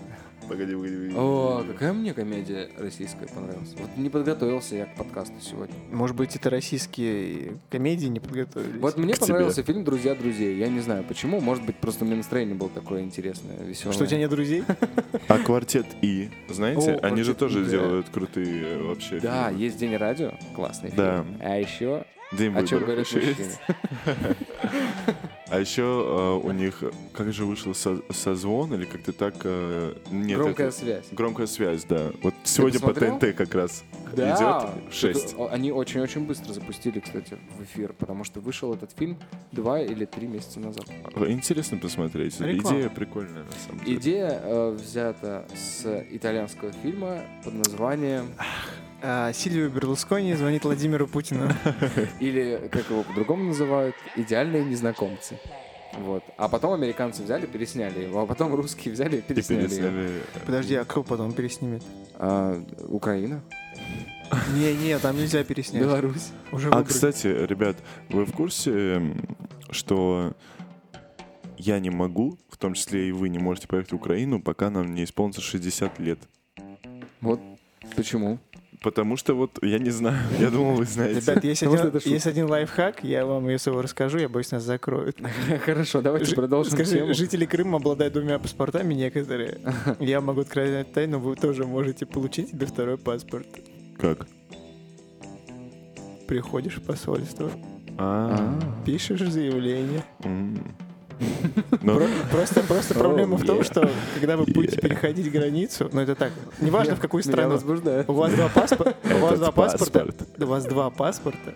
S4: Погоди, погоди, погоди.
S2: О, какая мне комедия российская понравилась. Вот не подготовился я к подкасту сегодня.
S3: Может быть, это российские э, комедии не подготовились?
S2: Вот мне
S4: К тебе.
S2: понравился фильм «Друзья друзей». Я не знаю почему, может быть, просто у меня настроение было такое интересное, веселое.
S3: Что, у тебя нет друзей?
S4: А квартет И, знаете,
S2: О,
S4: они же
S2: «Квартет
S4: тоже
S2: И», да.
S4: делают крутые э, вообще
S2: Да,
S4: фильмы.
S2: есть День радио, классный
S4: Да.
S2: фильм. А еще
S4: День
S2: «О чем
S4: выборов
S2: говорят
S4: еще есть.
S2: мужчины».
S4: А еще э, у них, э, как же вышел со- созвон или как-то так... э, нет,
S2: Громкая
S4: это-
S2: связь.
S4: Громкая связь, да. Вот сегодня по
S2: посмотрел?
S4: ТНТ как раз идет в 6.
S2: Это- о- Они очень-очень быстро запустили, кстати, в эфир, потому что вышел этот фильм два или три месяца назад.
S4: Интересно посмотреть.
S3: Реклама.
S4: Идея прикольная, на самом деле.
S2: Идея э, взята с итальянского фильма под названием...
S3: А, Сильвио Берлускони звонит Владимиру Путину.
S2: Или, как его по-другому называют, «Идеальные незнакомцы». Вот. А потом американцы взяли, пересняли его, а потом русские взяли и
S4: И
S2: пересняли, его.
S4: пересняли, э,
S3: Подожди, а кто потом переснимет?
S2: А, Украина,
S3: Не-не, там нельзя переснять.
S2: Беларусь.
S3: Уже
S4: А,
S3: выбрали.
S4: кстати, ребят, вы в курсе, м, что я не могу, в том числе и вы не можете поехать в Украину, пока нам не исполнится 60 лет?
S2: Вот почему.
S4: Потому что вот, я не знаю, я думал, вы знаете.
S3: Ребят, есть
S2: Потому
S3: один,
S2: что это шутка.
S3: есть один лайфхак, я вам, если его расскажу, я боюсь, нас закроют.
S2: Хорошо, давайте
S3: Ж-
S2: продолжим
S3: Скажи,
S2: тему.
S3: жители Крыма обладают двумя паспортами некоторые. Я могу открыть тайну, вы тоже можете получить себе второй паспорт.
S4: Как?
S3: Приходишь в посольство,
S4: А,
S3: пишешь заявление.
S4: м. Ну,
S3: Про- Просто, просто проблема в том,
S4: yeah.
S3: что когда вы будете
S4: Yeah.
S3: переходить границу, ну это так, неважно в
S2: Ну,
S3: какую страну,
S2: возбуждает.
S3: у вас два паспорта, у вас
S4: Этот
S3: два паспорта,
S4: паспорт.
S3: у вас два паспорта,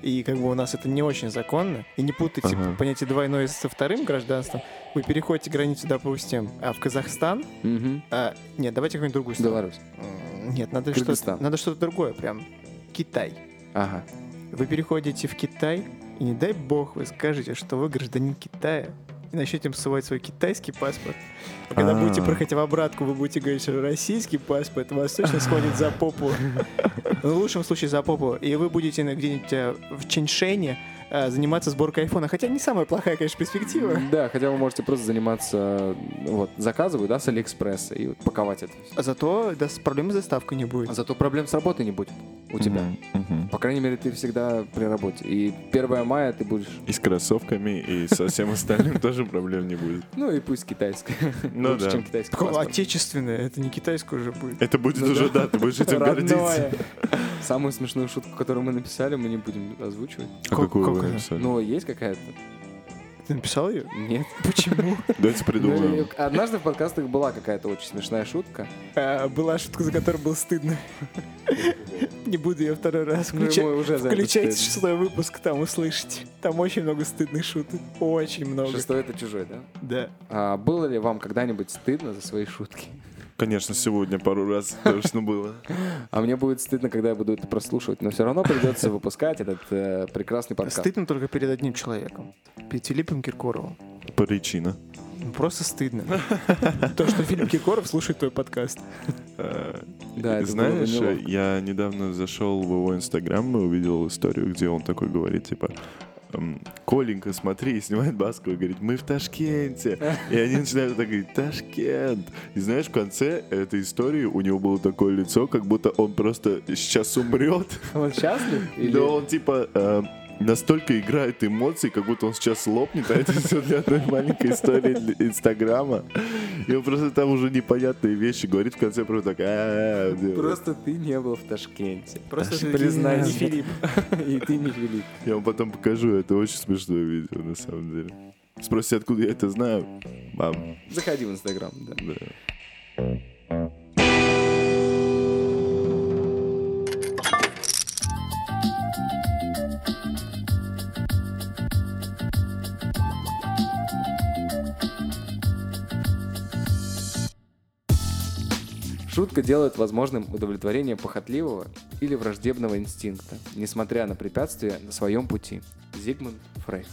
S3: и как бы у нас это не очень законно, и не путайте
S4: Ага.
S3: понятие двойное со вторым гражданством, вы переходите границу, допустим, а в Казахстан,
S2: Мгм.
S3: а, нет, давайте какую-нибудь другую страну.
S2: Беларусь.
S3: М, Нет, надо
S2: Кыргызстан.
S3: что-то, надо что-то другое, прям Китай.
S2: Ага.
S3: Вы переходите в Китай, и не дай бог вы скажете, что вы гражданин Китая, и начнете им ссылать свой китайский паспорт. А когда
S4: А.
S3: будете проходить в обратку, вы будете говорить, что российский паспорт вас точно сходит за попу. Ну, В лучшем случае за попу. И вы будете на- где-нибудь э, в Ченшене э, заниматься сборкой айфона. Хотя не самая плохая, конечно, перспектива.
S2: Да, хотя вы можете просто заниматься, ну, вот, заказываю, да, с Алиэкспресса и вот паковать это. всё.
S3: А Зато да, с- проблем с доставкой не будет.
S2: Зато проблем с работой не будет. у тебя.
S4: Мгм.
S2: По крайней мере, ты всегда при работе. И 1 мая ты будешь,
S4: И с кроссовками, и со всем остальным тоже проблем не будет.
S2: ну и пусть китайская.
S4: Ну
S2: Лучше,
S4: да.
S2: чем китайский
S3: Такого
S2: паспорт.
S3: отечественное, это не китайское уже будет.
S4: Это будет уже, да, ты будешь этим гордиться.
S2: Родное. Самую смешную шутку, которую мы написали, мы не будем озвучивать.
S4: А
S3: Ко-
S4: какую вы
S3: какая?
S4: написали?
S2: Но есть какая-то?
S3: Ты написал ее?
S2: Нет.
S3: Почему?
S4: Давайте
S2: Ну,
S4: придумаем.
S2: и Однажды в подкастах была какая-то очень смешная шутка.
S3: А, Была шутка, за которую было стыдно. Не буду ее второй раз.
S2: Ну,
S3: включать.
S2: ему уже за это
S3: Включайте
S2: стыдно.
S3: шестой выпуск, там услышите. Там очень много стыдных шуток. Очень много.
S2: Шестой это чужой, да?
S3: Да.
S2: А было ли вам когда-нибудь стыдно за свои шутки?
S4: Конечно, сегодня пару раз точно было.
S2: А мне будет стыдно, когда я буду это прослушивать, но все равно придется выпускать этот э, прекрасный подкаст.
S3: Стыдно только перед одним человеком. Перед Филиппом Киркоровым.
S4: Причина.
S3: Ну, Просто стыдно. То, что Филипп Киркоров слушает твой подкаст.
S2: Ну,
S4: Э,
S2: Да, это
S4: Знаешь,
S2: было бы неловко.
S4: я недавно зашел в его инстаграм и увидел историю, где он такой говорит, типа, эм, Коленька, смотри, и снимает Баскова, и говорит, мы в Ташкенте. И они начинают так говорить, Ташкент. И знаешь, в конце этой истории у него было такое лицо, как будто он просто сейчас умрет.
S2: Вот счастлив? Или...
S4: Да он типа э, настолько играет эмоции, как будто он сейчас лопнет, а это все для одной маленькой истории для Инстаграма. И он просто там уже непонятные вещи говорит в конце просто так. «А, «А-а-а», делает.
S2: Просто ты не был в Ташкенте.
S3: Просто
S2: Даже
S3: ты
S2: признайся.
S3: не Филипп.
S2: И ты не Филипп.
S4: Я вам потом покажу, это очень смешное видео на самом деле. Спросите, откуда я это знаю? Мам,
S2: Заходи в Инстаграм, да.
S4: да.
S2: Шутка делает возможным удовлетворение похотливого или враждебного инстинкта, несмотря на препятствия на своем пути. Зигмунд Фрейд.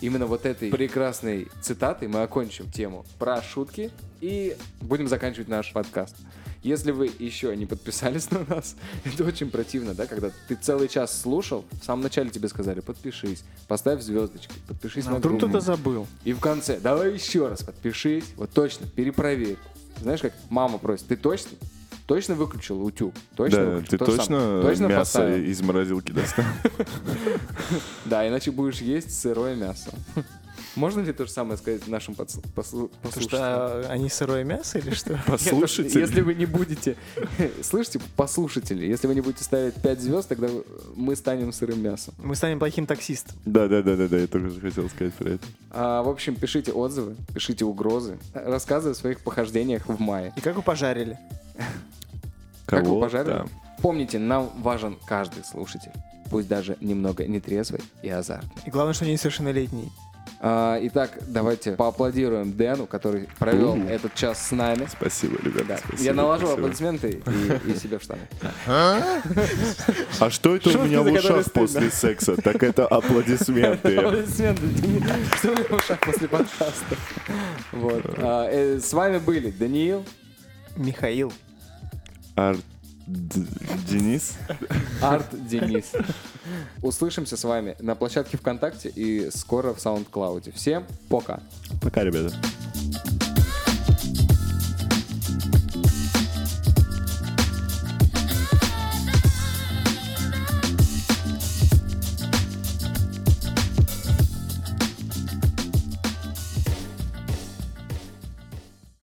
S2: Именно вот этой прекрасной цитатой мы окончим тему про шутки и будем заканчивать наш подкаст. Если вы еще не подписались на нас, это очень противно, да, когда ты целый час слушал, в самом начале тебе сказали, подпишись, поставь звездочки, подпишись на
S3: Вдруг
S2: группу».
S3: кто-то забыл.
S2: И в конце, давай еще раз подпишись, вот точно, перепроверь. Знаешь, как мама просит, ты точно? Точно выключил утюг? Точно
S4: Да,
S2: выключил?
S4: ты
S2: То же
S4: точно,
S2: самое. точно
S4: мясо
S2: поставил?
S4: из морозилки достал?
S2: Да, иначе будешь есть сырое мясо. Можно ли то же самое сказать нашим подс- послу-
S3: Потому
S2: послушателям?
S3: что они сырое мясо или что?
S4: Послушайте.
S2: Если вы не будете... Слышите, послушатели, если вы не будете ставить 5 звезд, тогда мы станем сырым мясом.
S3: Мы станем плохим таксистом.
S4: Да, да, да, да, да, я только же хотел сказать про это.
S2: А, в общем, пишите отзывы, пишите угрозы, рассказывай о своих похождениях в мае.
S3: И как вы пожарили?
S2: Как вы
S4: Кого?
S2: пожарили?
S4: Да.
S2: Помните, нам важен каждый слушатель. Пусть даже немного нетрезвый и азартный.
S3: И главное, что они несовершеннолетние.
S2: А, итак, давайте поаплодируем Дэну, который провел этот час с нами.
S4: Спасибо,
S2: Да.
S4: ребята. спасибо,
S2: Я наложил
S4: спасибо.
S2: аплодисменты и, и себе в штаны.
S4: А что это у меня в
S2: за которые
S4: ушах после секса? Так это аплодисменты.
S2: Аплодисменты. Что у меня в ушах после подкаста? Вот. А, э, с вами были Даниил,
S3: Михаил.
S4: Ар... Д- Денис?
S2: Арт, Денис. Услышимся с вами на площадке ВКонтакте и скоро в SoundCloud. Всем пока!
S4: Пока, ребята.